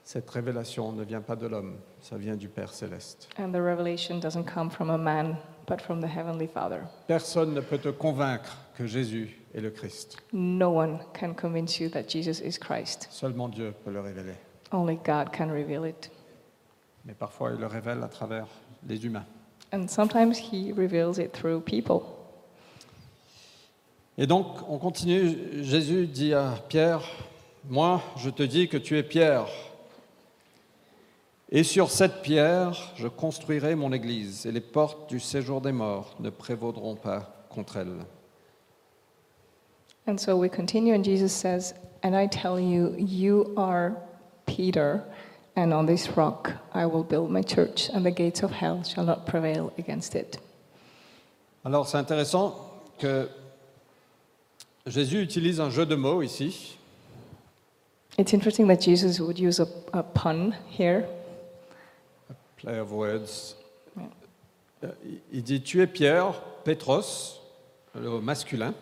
[SPEAKER 1] Cette révélation ne vient pas de l'homme, ça vient du Père céleste.
[SPEAKER 2] And the revelation doesn't come from a man, but from the Heavenly Father.
[SPEAKER 1] Personne ne peut te convaincre que Jésus est le Christ.
[SPEAKER 2] No one can convince you that Jesus is Christ.
[SPEAKER 1] Seulement Dieu peut le révéler.
[SPEAKER 2] Only God can reveal it.
[SPEAKER 1] Mais parfois, il le révèle à travers les humains.
[SPEAKER 2] And sometimes He reveals it through people.
[SPEAKER 1] Et donc, on continue. Jésus dit à Pierre, Moi, je te dis que tu es Pierre. Et sur cette pierre, je construirai mon église, et les portes du séjour des morts ne prévaudront pas contre elle.
[SPEAKER 2] And so we continue, and Jesus says, And I tell you, you are Peter, and on this rock I will build my church, and the gates of hell shall not prevail against it.
[SPEAKER 1] Alors c'est intéressant que Jésus utilise un jeu de mots ici.
[SPEAKER 2] It's interesting that Jesus would use a, a pun here.
[SPEAKER 1] Play of words. Euh, il- Il dit Tu es Pierre, Pétros, le masculin,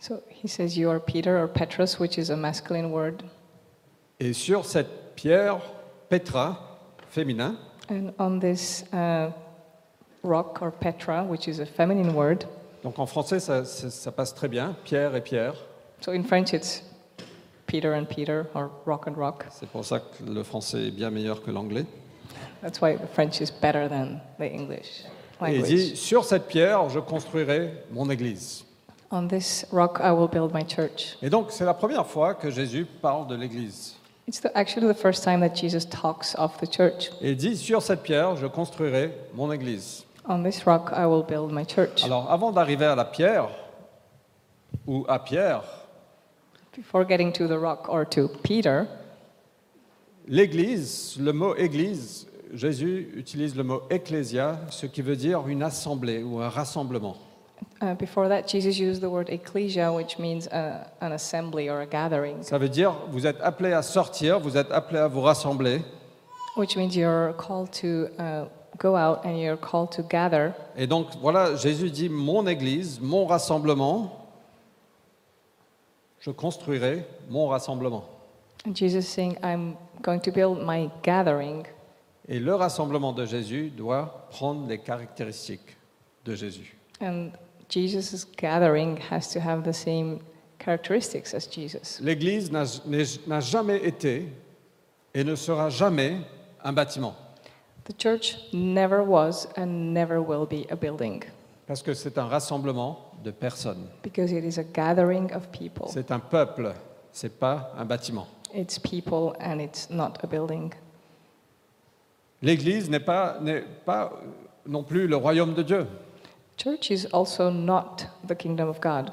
[SPEAKER 2] So he says, You are Peter or Petrus, which is a masculine word.
[SPEAKER 1] et sur cette pierre, Petra, féminin,
[SPEAKER 2] And on this uh, rock or Petra, which is a feminine word.
[SPEAKER 1] donc en français ça, ça- ça passe très bien, Pierre et Pierre,
[SPEAKER 2] So in French, it's Peter and Peter or rock and rock.
[SPEAKER 1] c'est pour ça que le français est bien meilleur que l'anglais.
[SPEAKER 2] That's why the French is better than the English
[SPEAKER 1] Et il
[SPEAKER 2] language.
[SPEAKER 1] dit Sur cette pierre, je construirai mon église.
[SPEAKER 2] On this rock, I will build my church.
[SPEAKER 1] Et donc c'est la première fois que Jésus parle de l'église.
[SPEAKER 2] It's the, actually the first time that Jesus talks of the church.
[SPEAKER 1] Et il dit Sur cette pierre, je construirai mon église.
[SPEAKER 2] On this rock, I will build my church.
[SPEAKER 1] Alors, avant d'arriver à la pierre, ou à Pierre,
[SPEAKER 2] Before getting to the rock or to Peter,
[SPEAKER 1] l'église, le mot église, Jésus utilise le mot ecclésia, ce qui veut dire une assemblée ou un rassemblement.
[SPEAKER 2] uh, before that, Jesus used the word ecclesia, which means uh, an assembly or a gathering,
[SPEAKER 1] Ça veut dire, vous êtes appelés à sortir, vous êtes appelés à vous rassembler,
[SPEAKER 2] which means you're called to uh, go out and you're called to gather.
[SPEAKER 1] Et donc voilà, Jésus dit mon église, mon rassemblement, je construirai mon rassemblement.
[SPEAKER 2] And Jesus saying, I'm going to build my gathering.
[SPEAKER 1] Et le rassemblement de Jésus doit prendre les caractéristiques de Jésus.
[SPEAKER 2] And Jesus' gathering has to have the same characteristics as Jesus.
[SPEAKER 1] L'église n'a- n'est- n'a jamais été et ne sera jamais un bâtiment,
[SPEAKER 2] The church never was and never will be a building.
[SPEAKER 1] parce que c'est un rassemblement de personnes.
[SPEAKER 2] Because it is a gathering of people.
[SPEAKER 1] C'est un peuple, c'est pas un bâtiment.
[SPEAKER 2] It's people and it's not a building.
[SPEAKER 1] L'église n'est pas, n'est pas euh, non plus le royaume de Dieu.
[SPEAKER 2] Church is also not the kingdom of God.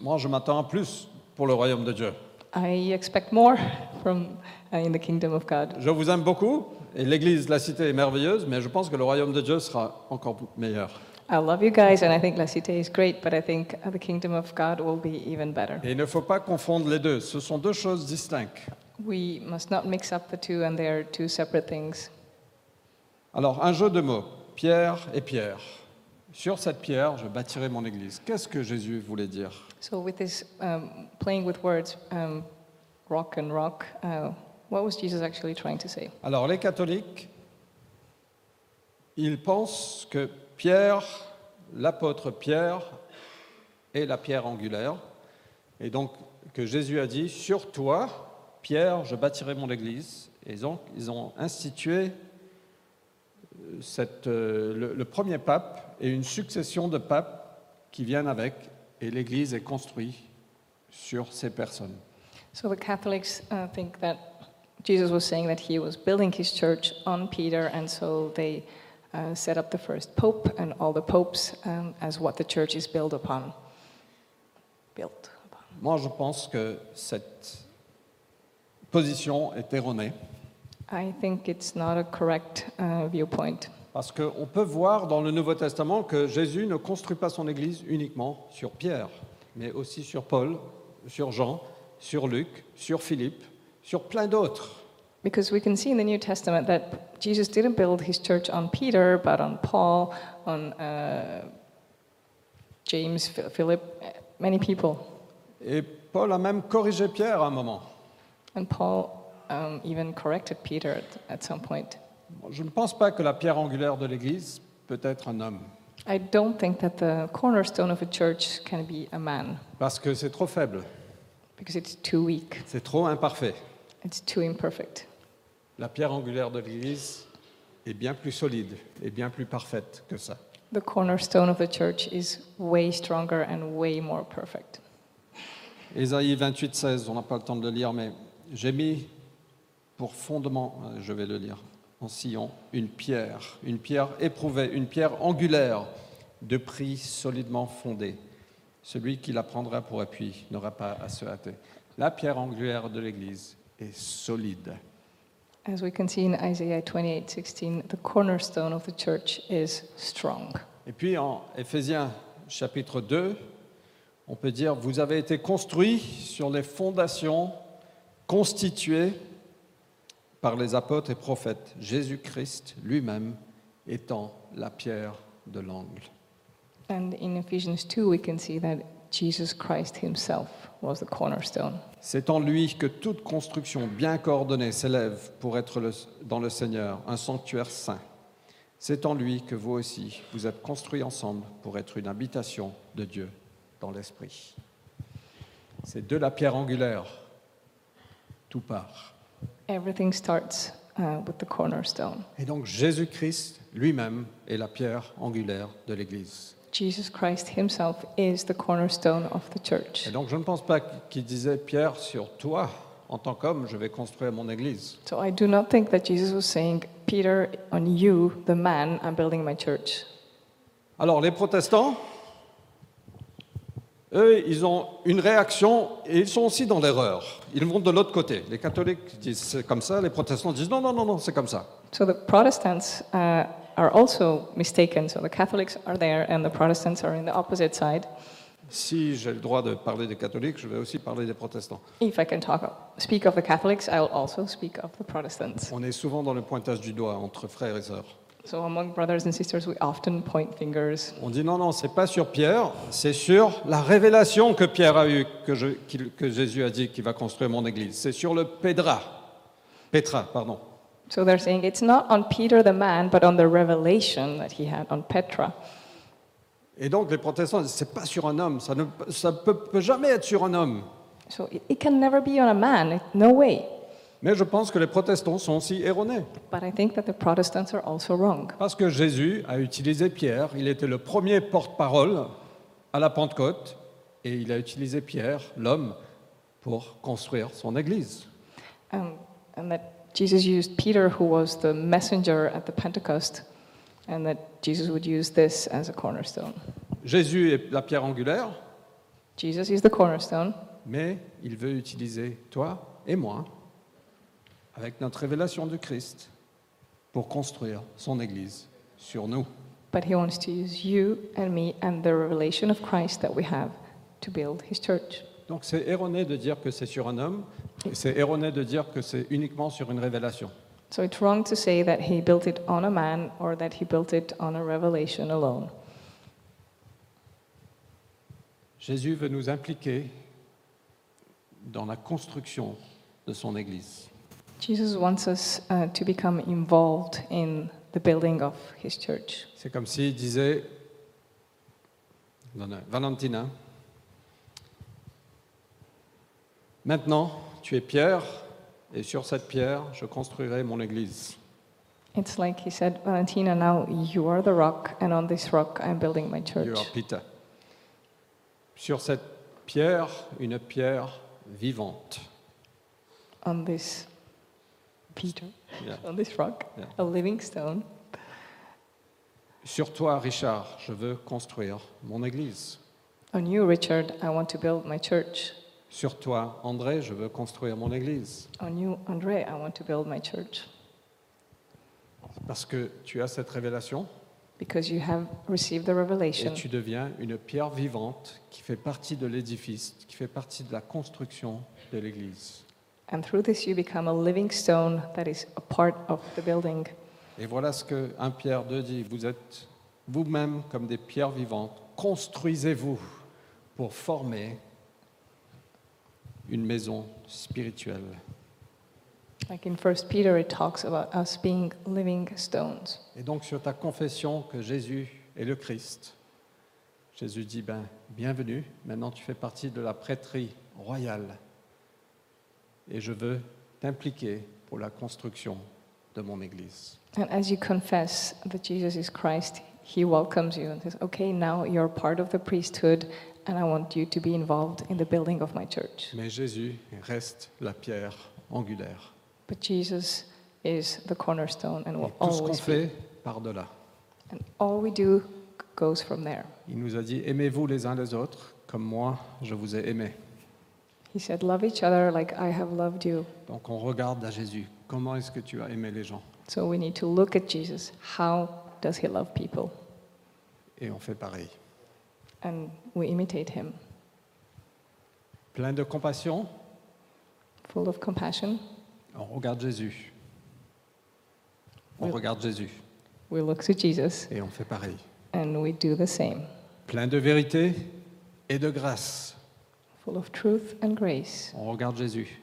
[SPEAKER 1] Moi, je m'attends à plus pour le royaume de Dieu.
[SPEAKER 2] I expect more from uh, in the kingdom of God.
[SPEAKER 1] Je vous aime beaucoup et l'église, la cité est merveilleuse, mais je pense que le royaume de Dieu sera encore meilleur.
[SPEAKER 2] I love you guys and I think La Cité is great, but I think uh, the kingdom of God will be even better.
[SPEAKER 1] Et il ne faut pas confondre les deux, ce sont deux choses distinctes.
[SPEAKER 2] We must not mix up the two and they are two separate things.
[SPEAKER 1] Alors, un jeu de mots, pierre et pierre. Sur cette pierre, je bâtirai mon église. Qu'est-ce que Jésus voulait dire
[SPEAKER 2] So with this um, playing with words, um, rock and rock, uh, what was Jesus actually trying to say?
[SPEAKER 1] Alors, les catholiques, ils pensent que Pierre, l'apôtre Pierre, est la pierre angulaire. Et donc, que Jésus a dit Sur toi, Pierre, je bâtirai mon église. Et donc, ils ont institué euh, cette, euh, le, le premier pape et une succession de papes qui viennent avec. Et l'église est construite sur ces personnes.
[SPEAKER 2] So the Catholics uh, think that Jesus was saying that he was building his church on Peter, and so they uh, set up the first pope and all the popes um, as what the church is built upon. Built upon.
[SPEAKER 1] Moi, je pense que cette position est erronée
[SPEAKER 2] I think it's not a correct uh, viewpoint
[SPEAKER 1] parce qu'on peut voir dans le Nouveau Testament que Jésus ne construit pas son Église uniquement sur Pierre, mais aussi sur Paul, sur Jean, sur Luc, sur Philippe, sur plein d'autres.
[SPEAKER 2] because we can see in the New Testament that Jesus didn't build his church on Peter, but on Paul, on uh, James, Phil- Philip, eh, many people.
[SPEAKER 1] Et Paul a même corrigé Pierre à un moment.
[SPEAKER 2] And Paul um, even corrected Peter at, at some point.
[SPEAKER 1] Je ne pense pas que la pierre angulaire de l'Église peut être un homme,
[SPEAKER 2] I don't think that the cornerstone of a church can be a man
[SPEAKER 1] parce que c'est trop faible,
[SPEAKER 2] because it's too weak,
[SPEAKER 1] c'est trop imparfait.
[SPEAKER 2] it's too imperfect.
[SPEAKER 1] La pierre angulaire de l'Église est bien plus solide et bien plus parfaite que ça.
[SPEAKER 2] The cornerstone of the church is way stronger and way more perfect.
[SPEAKER 1] Ésaïe 28, 16, on n'a pas le temps de le lire, mais j'ai mis pour fondement, euh, je vais le lire, en sillon, une pierre, une pierre éprouvée, une pierre angulaire, de prix solidement fondé. Celui qui la prendra pour appui n'aura pas à se hâter. La pierre angulaire de l'Église est solide.
[SPEAKER 2] As we can see in Isaiah 28:16, the cornerstone of the church is strong.
[SPEAKER 1] Et puis en Éphésiens chapitre 2, on peut dire, vous avez été construits sur les fondations constitué par les apôtres et prophètes, Jésus-Christ lui-même étant la pierre de l'angle.
[SPEAKER 2] And in Ephesians 2, we can see that Jesus Christ himself was the cornerstone.
[SPEAKER 1] C'est en lui que toute construction bien coordonnée s'élève pour être le- dans le Seigneur un sanctuaire saint. C'est en lui que vous aussi, vous êtes construits ensemble pour être une habitation de Dieu dans l'Esprit. C'est de la pierre angulaire. Tout part.
[SPEAKER 2] Everything starts uh, with the cornerstone.
[SPEAKER 1] Et donc Jésus-Christ lui-même est la pierre angulaire de l'Église.
[SPEAKER 2] Jesus Christ himself is the cornerstone of the church.
[SPEAKER 1] Et donc je ne pense pas qu'il disait, Pierre, sur toi, en tant qu'homme, je vais construire mon Église.
[SPEAKER 2] So I do not think that Jesus was saying, Peter, on you, the man, I'm building my church.
[SPEAKER 1] Alors les protestants, eux, ils ont une réaction et ils sont aussi dans l'erreur. Ils vont de l'autre côté. Les catholiques disent c'est comme ça, les protestants disent non, non, non, non, c'est comme ça.
[SPEAKER 2] So the Protestants uh, are also mistaken. So the Catholics are there and the Protestants are in the opposite side.
[SPEAKER 1] Si j'ai le droit de parler des catholiques, je vais aussi parler des protestants.
[SPEAKER 2] If I can talk, speak of the Catholics, I will also speak of the Protestants.
[SPEAKER 1] On est souvent dans le pointage du doigt entre frères et sœurs.
[SPEAKER 2] So among brothers and sisters, we often point fingers.
[SPEAKER 1] On dit non, non, c'est pas sur Pierre, c'est sur la révélation que Pierre a eue, que, je- qu'il- que Jésus a dit qu'il va construire mon église. C'est sur le Pédra. Pétra, pardon.
[SPEAKER 2] So they're saying it's not on Peter the man, but on the revelation that he had on Petra.
[SPEAKER 1] Et donc les protestants disent c'est pas sur un homme, ça ne ça peut, peut jamais être sur un homme.
[SPEAKER 2] So it, it can never be on a man, it- no way.
[SPEAKER 1] Mais je pense que les protestants sont aussi erronés
[SPEAKER 2] But I think that the Protestants are also wrong.
[SPEAKER 1] parce que Jésus a utilisé Pierre, il était le premier porte-parole à la Pentecôte et il a utilisé Pierre, l'homme, pour construire son église.
[SPEAKER 2] Um, and that Jesus used Peter, who was the messenger at the Pentecost, and that Jesus would use this as a cornerstone.
[SPEAKER 1] Jésus est la pierre angulaire,
[SPEAKER 2] Jesus is the cornerstone,
[SPEAKER 1] mais il veut utiliser toi et moi avec notre révélation du Christ pour construire son église sur nous.
[SPEAKER 2] but he wants to use you and me and the revelation of Christ that we have to build his church.
[SPEAKER 1] Donc c'est erroné de dire que c'est sur un homme, et c'est erroné de dire que c'est uniquement sur une révélation.
[SPEAKER 2] So it's wrong to say that he built it on a man or that he built it on a revelation alone.
[SPEAKER 1] Jésus veut nous impliquer dans la construction de son Église.
[SPEAKER 2] Jesus wants us uh, to become involved in the building of his church.
[SPEAKER 1] C'est comme s'il disait, non, non, Valentina, maintenant tu es Pierre, et sur cette pierre, je construirai mon Église.
[SPEAKER 2] It's like he said, Valentina, now you are the rock, and on this rock I'm building my
[SPEAKER 1] You
[SPEAKER 2] church.
[SPEAKER 1] are Peter. Sur cette pierre, une pierre vivante.
[SPEAKER 2] On this Peter,
[SPEAKER 1] Yeah.
[SPEAKER 2] on this rock,
[SPEAKER 1] Yeah.
[SPEAKER 2] a living stone.
[SPEAKER 1] Sur toi, Richard, je veux construire mon église.
[SPEAKER 2] On you, Richard, I want to build my church.
[SPEAKER 1] Sur toi, André, je veux construire mon église.
[SPEAKER 2] On you, Andre, I want to build my church.
[SPEAKER 1] Parce que tu as cette révélation
[SPEAKER 2] Because you have received the
[SPEAKER 1] et
[SPEAKER 2] revelation,
[SPEAKER 1] tu deviens une pierre vivante qui fait partie de l'édifice, qui fait partie de la construction de l'église.
[SPEAKER 2] and through this you become a living stone that is a part of the building.
[SPEAKER 1] Et voilà ce que 1 Pierre 2 dit. Vous êtes vous-même comme des pierres vivantes. Construisez-vous pour former une maison spirituelle.
[SPEAKER 2] Like in First Peter, it talks about us being living stones.
[SPEAKER 1] Et donc sur ta confession que Jésus est le Christ, Jésus dit, ben, bienvenue, maintenant tu fais partie de la prêtrie royale. Et je veux t'impliquer pour la construction de mon Église.
[SPEAKER 2] And as you confess that Jesus is Christ, he welcomes you and says, Okay, now you're part of the priesthood, and I want you to be involved in the building of my church.
[SPEAKER 1] Mais Jésus reste la pierre angulaire.
[SPEAKER 2] But Jesus is the cornerstone and
[SPEAKER 1] Et
[SPEAKER 2] will
[SPEAKER 1] tout ce qu'on
[SPEAKER 2] always be.
[SPEAKER 1] fait par-delà.
[SPEAKER 2] And all we do goes from there.
[SPEAKER 1] Il nous a dit, aimez-vous les uns les autres comme moi, je vous ai aimés.
[SPEAKER 2] He said, Love each other like I have loved you.
[SPEAKER 1] Donc on regarde à Jésus. Comment est-ce que tu as aimé les gens
[SPEAKER 2] So we need to look at Jesus. How does he love people?
[SPEAKER 1] Et on fait pareil.
[SPEAKER 2] And we imitate him.
[SPEAKER 1] Plein de compassion,
[SPEAKER 2] full of compassion.
[SPEAKER 1] On regarde Jésus. On
[SPEAKER 2] Oui.
[SPEAKER 1] regarde Jésus
[SPEAKER 2] We look to Jesus
[SPEAKER 1] et on fait pareil.
[SPEAKER 2] and we do the same,
[SPEAKER 1] Plein de vérité et de grâce.
[SPEAKER 2] full of truth and grace.
[SPEAKER 1] On regarde Jésus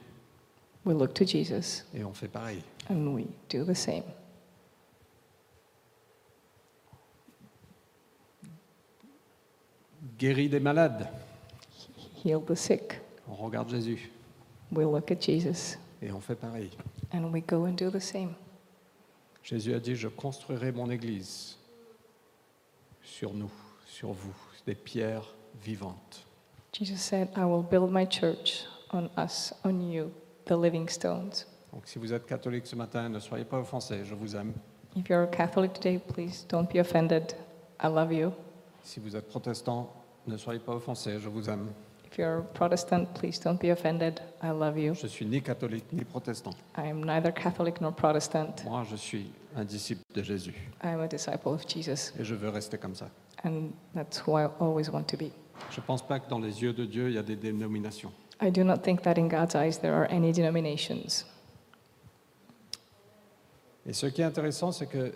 [SPEAKER 2] We look to Jesus
[SPEAKER 1] et on fait pareil.
[SPEAKER 2] and we do the same.
[SPEAKER 1] Guéri des malades.
[SPEAKER 2] Heal the sick.
[SPEAKER 1] On regarde Jésus
[SPEAKER 2] We look at Jesus
[SPEAKER 1] et on fait pareil.
[SPEAKER 2] and we go and do the same.
[SPEAKER 1] Jésus a dit, je construirai mon église sur nous, sur vous, des pierres vivantes.
[SPEAKER 2] Jesus said, I will build my church on us, on you, the living stones.
[SPEAKER 1] Donc si vous êtes catholique ce matin, ne soyez pas offensés, je vous aime.
[SPEAKER 2] If you're a Catholic today, please don't be offended. I love you.
[SPEAKER 1] Si vous êtes protestant, ne soyez pas offensés, je vous aime.
[SPEAKER 2] If you're a Protestant, please don't be offended. I love you.
[SPEAKER 1] Je suis ni catholique ni protestant.
[SPEAKER 2] I am neither Catholic nor Protestant.
[SPEAKER 1] Moi, je suis un disciple de Jésus
[SPEAKER 2] I am a disciple of Jesus,
[SPEAKER 1] et je veux rester comme ça.
[SPEAKER 2] and that's who I always want to be.
[SPEAKER 1] Je ne pense pas que dans les yeux de Dieu, il y a des dénominations.
[SPEAKER 2] I do not think that in God's eyes there are any denominations.
[SPEAKER 1] Et ce qui est intéressant, c'est que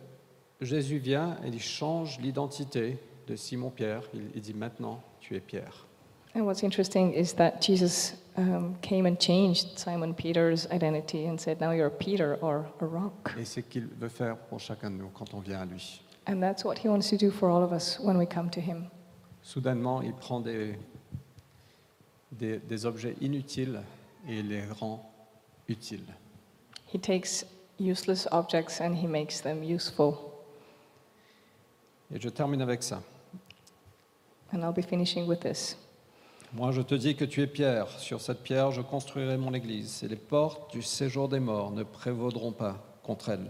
[SPEAKER 1] Jésus vient et il change l'identité de Simon-Pierre. Il, il dit maintenant, tu es Pierre.
[SPEAKER 2] And what's interesting is that Jesus um, came and changed Simon Peter's identity and said, Now you're Peter or a rock.
[SPEAKER 1] Et c'est ce qu'il veut faire pour chacun de nous quand on vient à lui.
[SPEAKER 2] And that's what he wants to do for all of us when we come to him.
[SPEAKER 1] Soudainement, il prend des, des, des objets inutiles et il les rend utiles.
[SPEAKER 2] He takes useless objects and he makes them useful.
[SPEAKER 1] Et je termine avec ça.
[SPEAKER 2] And I'll be finishing with this.
[SPEAKER 1] Moi, je te dis que tu es pierre. Sur cette pierre, je construirai mon église. Et les portes du séjour des morts ne prévaudront pas contre elle.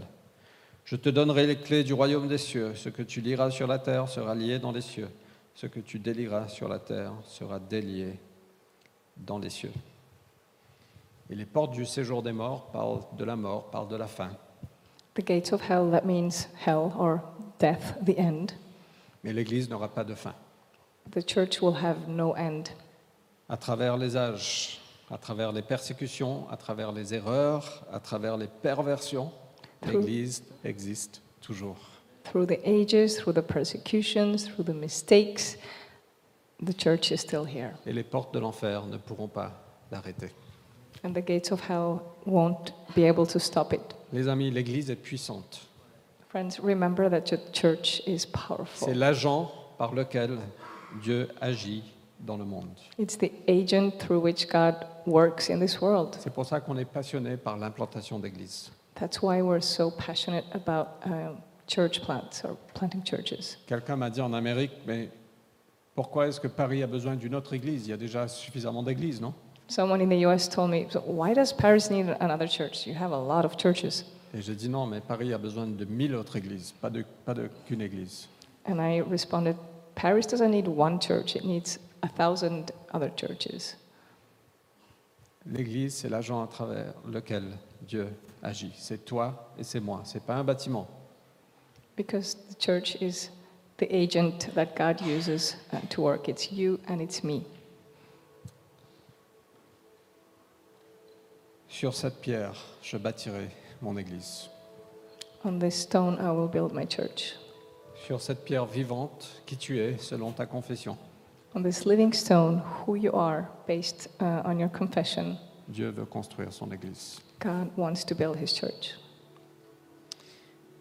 [SPEAKER 1] Je te donnerai les clés du royaume des cieux. Ce que tu liras sur la terre sera lié dans les cieux. Ce que tu délieras sur la terre sera délié dans les cieux. Et les portes du séjour des morts parlent de la mort, parlent de la fin.
[SPEAKER 2] The gates of hell, that means hell or death, the end.
[SPEAKER 1] Mais l'église n'aura pas de fin.
[SPEAKER 2] The church will have no end.
[SPEAKER 1] à travers les âges, à travers les persécutions, à travers les erreurs, à travers les perversions,
[SPEAKER 2] True.
[SPEAKER 1] l'Église existe toujours.
[SPEAKER 2] Through the ages, through the persecutions, through the mistakes, the church is still here.
[SPEAKER 1] Et les portes de l'enfer ne pourront pas l'arrêter.
[SPEAKER 2] And the gates of hell won't be able to stop it.
[SPEAKER 1] Les amis, l'Église est puissante.
[SPEAKER 2] Friends, remember that your church is
[SPEAKER 1] C'est
[SPEAKER 2] powerful.
[SPEAKER 1] l'agent par lequel Dieu agit dans le monde.
[SPEAKER 2] It's the agent through which God works in this world.
[SPEAKER 1] C'est pour ça qu'on est passionné par l'implantation d'églises.
[SPEAKER 2] That's why we're so passionate about um, church plants or planting churches.
[SPEAKER 1] Quelqu'un m'a dit en Amérique, mais pourquoi est-ce que Paris a besoin d'une autre église Il y a déjà suffisamment d'églises, non
[SPEAKER 2] Someone in the US told me, "So Why does Paris need another church? You have a lot of churches.
[SPEAKER 1] Et j'ai dit non, mais Paris a besoin de mille autres églises, pas de pas de- qu'une église.
[SPEAKER 2] And I responded, Paris doesn't need one church, it needs a thousand other churches.
[SPEAKER 1] L'église, c'est l'agent à travers lequel Dieu agit. C'est toi et c'est moi. C'est pas un bâtiment.
[SPEAKER 2] Because the church is the agent that God uses uh, to work. It's you and it's me.
[SPEAKER 1] Sur cette pierre, je bâtirai mon église.
[SPEAKER 2] On this stone I will build my church.
[SPEAKER 1] Sur cette pierre vivante, qui tu es selon ta confession,
[SPEAKER 2] On this living stone, who you are, based uh, on your confession,
[SPEAKER 1] Dieu veut construire son église.
[SPEAKER 2] God wants to build his church.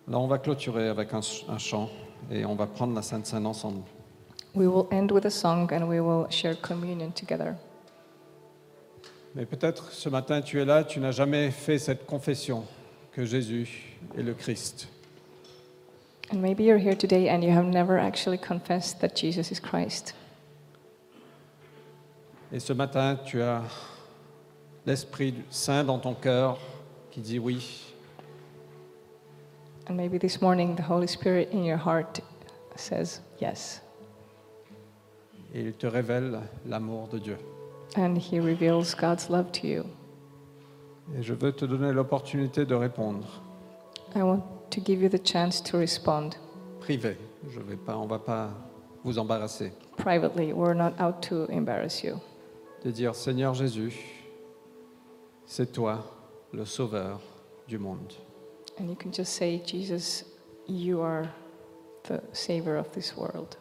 [SPEAKER 1] Là, on va clôturer avec un, ch- un chant et on va prendre la Sainte Seine ensemble.
[SPEAKER 2] We will end with a song and we will share communion together.
[SPEAKER 1] Mais peut-être ce matin, tu es là, tu n'as jamais fait cette confession que Jésus est le Christ.
[SPEAKER 2] And maybe you're here today and you have never actually confessed that Jesus is Christ.
[SPEAKER 1] Et ce matin, tu as l'Esprit Saint dans ton cœur qui dit oui,
[SPEAKER 2] And maybe this morning the Holy Spirit in your heart says yes.
[SPEAKER 1] et il te révèle l'amour de Dieu.
[SPEAKER 2] And he reveals God's love to you.
[SPEAKER 1] Et je veux te donner l'opportunité de répondre,
[SPEAKER 2] I want to give you the chance to respond
[SPEAKER 1] privé. Je vais pas, on va pas vous embarrasser.
[SPEAKER 2] privately. We're not out to embarrass you.
[SPEAKER 1] De dire Seigneur Jésus, c'est toi le sauveur du monde.
[SPEAKER 2] And you can just say, Jesus, you are the savior of this world.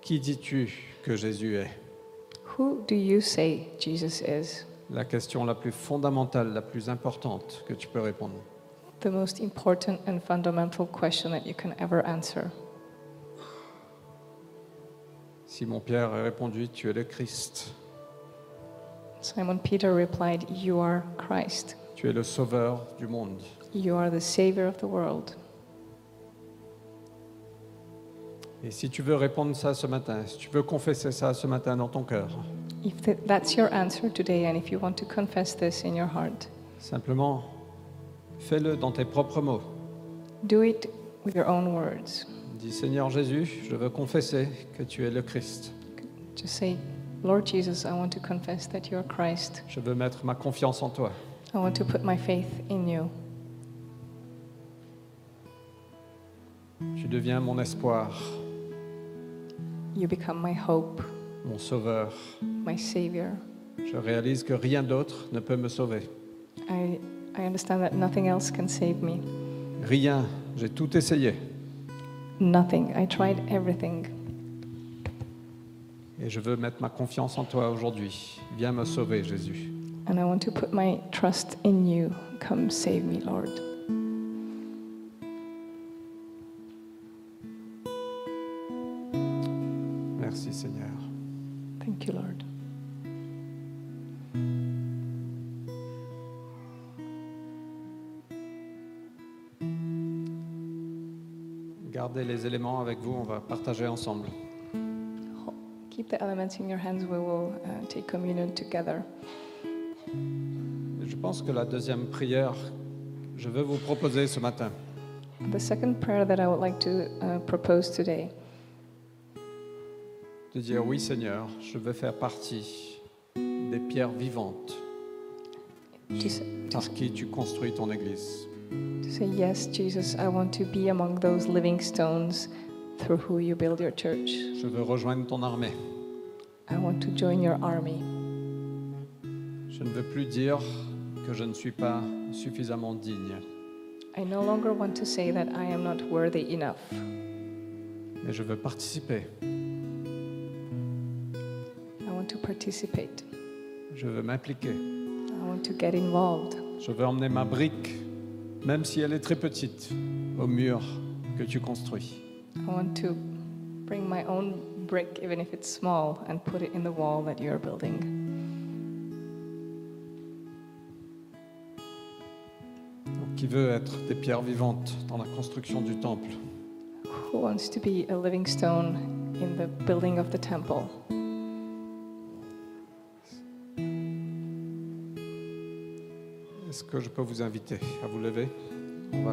[SPEAKER 1] Qui dis-tu que Jésus est
[SPEAKER 2] Who do you say Jesus is?
[SPEAKER 1] La question la plus fondamentale, la plus importante que tu peux répondre.
[SPEAKER 2] The most important and fundamental question that you can ever answer.
[SPEAKER 1] Simon-Pierre a répondu, tu es le Christ,
[SPEAKER 2] Simon Peter replied, You are Christ.
[SPEAKER 1] tu es le sauveur du monde.
[SPEAKER 2] You are the savior of the world.
[SPEAKER 1] Et si tu veux répondre ça ce matin, si tu veux confesser ça ce matin dans ton cœur,
[SPEAKER 2] If th- that's your answer today, and if you want to confess this in your heart,
[SPEAKER 1] simplement fais-le dans tes propres mots.
[SPEAKER 2] do it with your own words.
[SPEAKER 1] Dis Seigneur Jésus, je veux confesser que tu es le Christ.
[SPEAKER 2] Just say, Lord Jesus, I want to confess that you are Christ.
[SPEAKER 1] Je veux mettre ma confiance en toi.
[SPEAKER 2] I want to put my faith in you.
[SPEAKER 1] Tu deviens mon espoir,
[SPEAKER 2] You become my hope,
[SPEAKER 1] mon sauveur.
[SPEAKER 2] my savior.
[SPEAKER 1] Je réalise que rien d'autre ne peut me sauver.
[SPEAKER 2] I, I understand that nothing else can save me.
[SPEAKER 1] Rien, j'ai tout essayé
[SPEAKER 2] Nothing. I tried everything.
[SPEAKER 1] et je veux mettre ma confiance en toi aujourd'hui. Viens me sauver, Jésus.
[SPEAKER 2] And I want to put my trust in you. Come save me, Lord.
[SPEAKER 1] Merci Seigneur.
[SPEAKER 2] Thank you, Lord.
[SPEAKER 1] Gardez les éléments avec vous, on va partager ensemble.
[SPEAKER 2] Keep the elements in your hands. We will uh, take communion together.
[SPEAKER 1] Je pense que la deuxième prière, je veux vous proposer ce matin,
[SPEAKER 2] The second prayer that I would like to uh, propose today
[SPEAKER 1] de dire oui Seigneur, je veux faire partie des pierres vivantes
[SPEAKER 2] to, s-
[SPEAKER 1] par qui tu construis ton Église.
[SPEAKER 2] to say, Yes, Jesus, I want to be among those living stones through who you build your church.
[SPEAKER 1] Je veux rejoindre ton armée.
[SPEAKER 2] I want to join your army.
[SPEAKER 1] Je ne veux plus dire que je ne suis pas suffisamment digne,
[SPEAKER 2] I no longer want to say that I am not worthy enough,
[SPEAKER 1] mais je veux participer.
[SPEAKER 2] I want to participate.
[SPEAKER 1] Je veux m'impliquer.
[SPEAKER 2] I want to get involved.
[SPEAKER 1] Je veux emmener ma brique, même si elle est très petite, au mur que tu construis.
[SPEAKER 2] I want to bring my own brick, even if it's small, and put it in the wall that you're building.
[SPEAKER 1] Donc, qui veut être des pierres vivantes dans la construction du temple
[SPEAKER 2] Who wants to be a living stone in the building of the temple?
[SPEAKER 1] Est-ce que je peux vous inviter à vous lever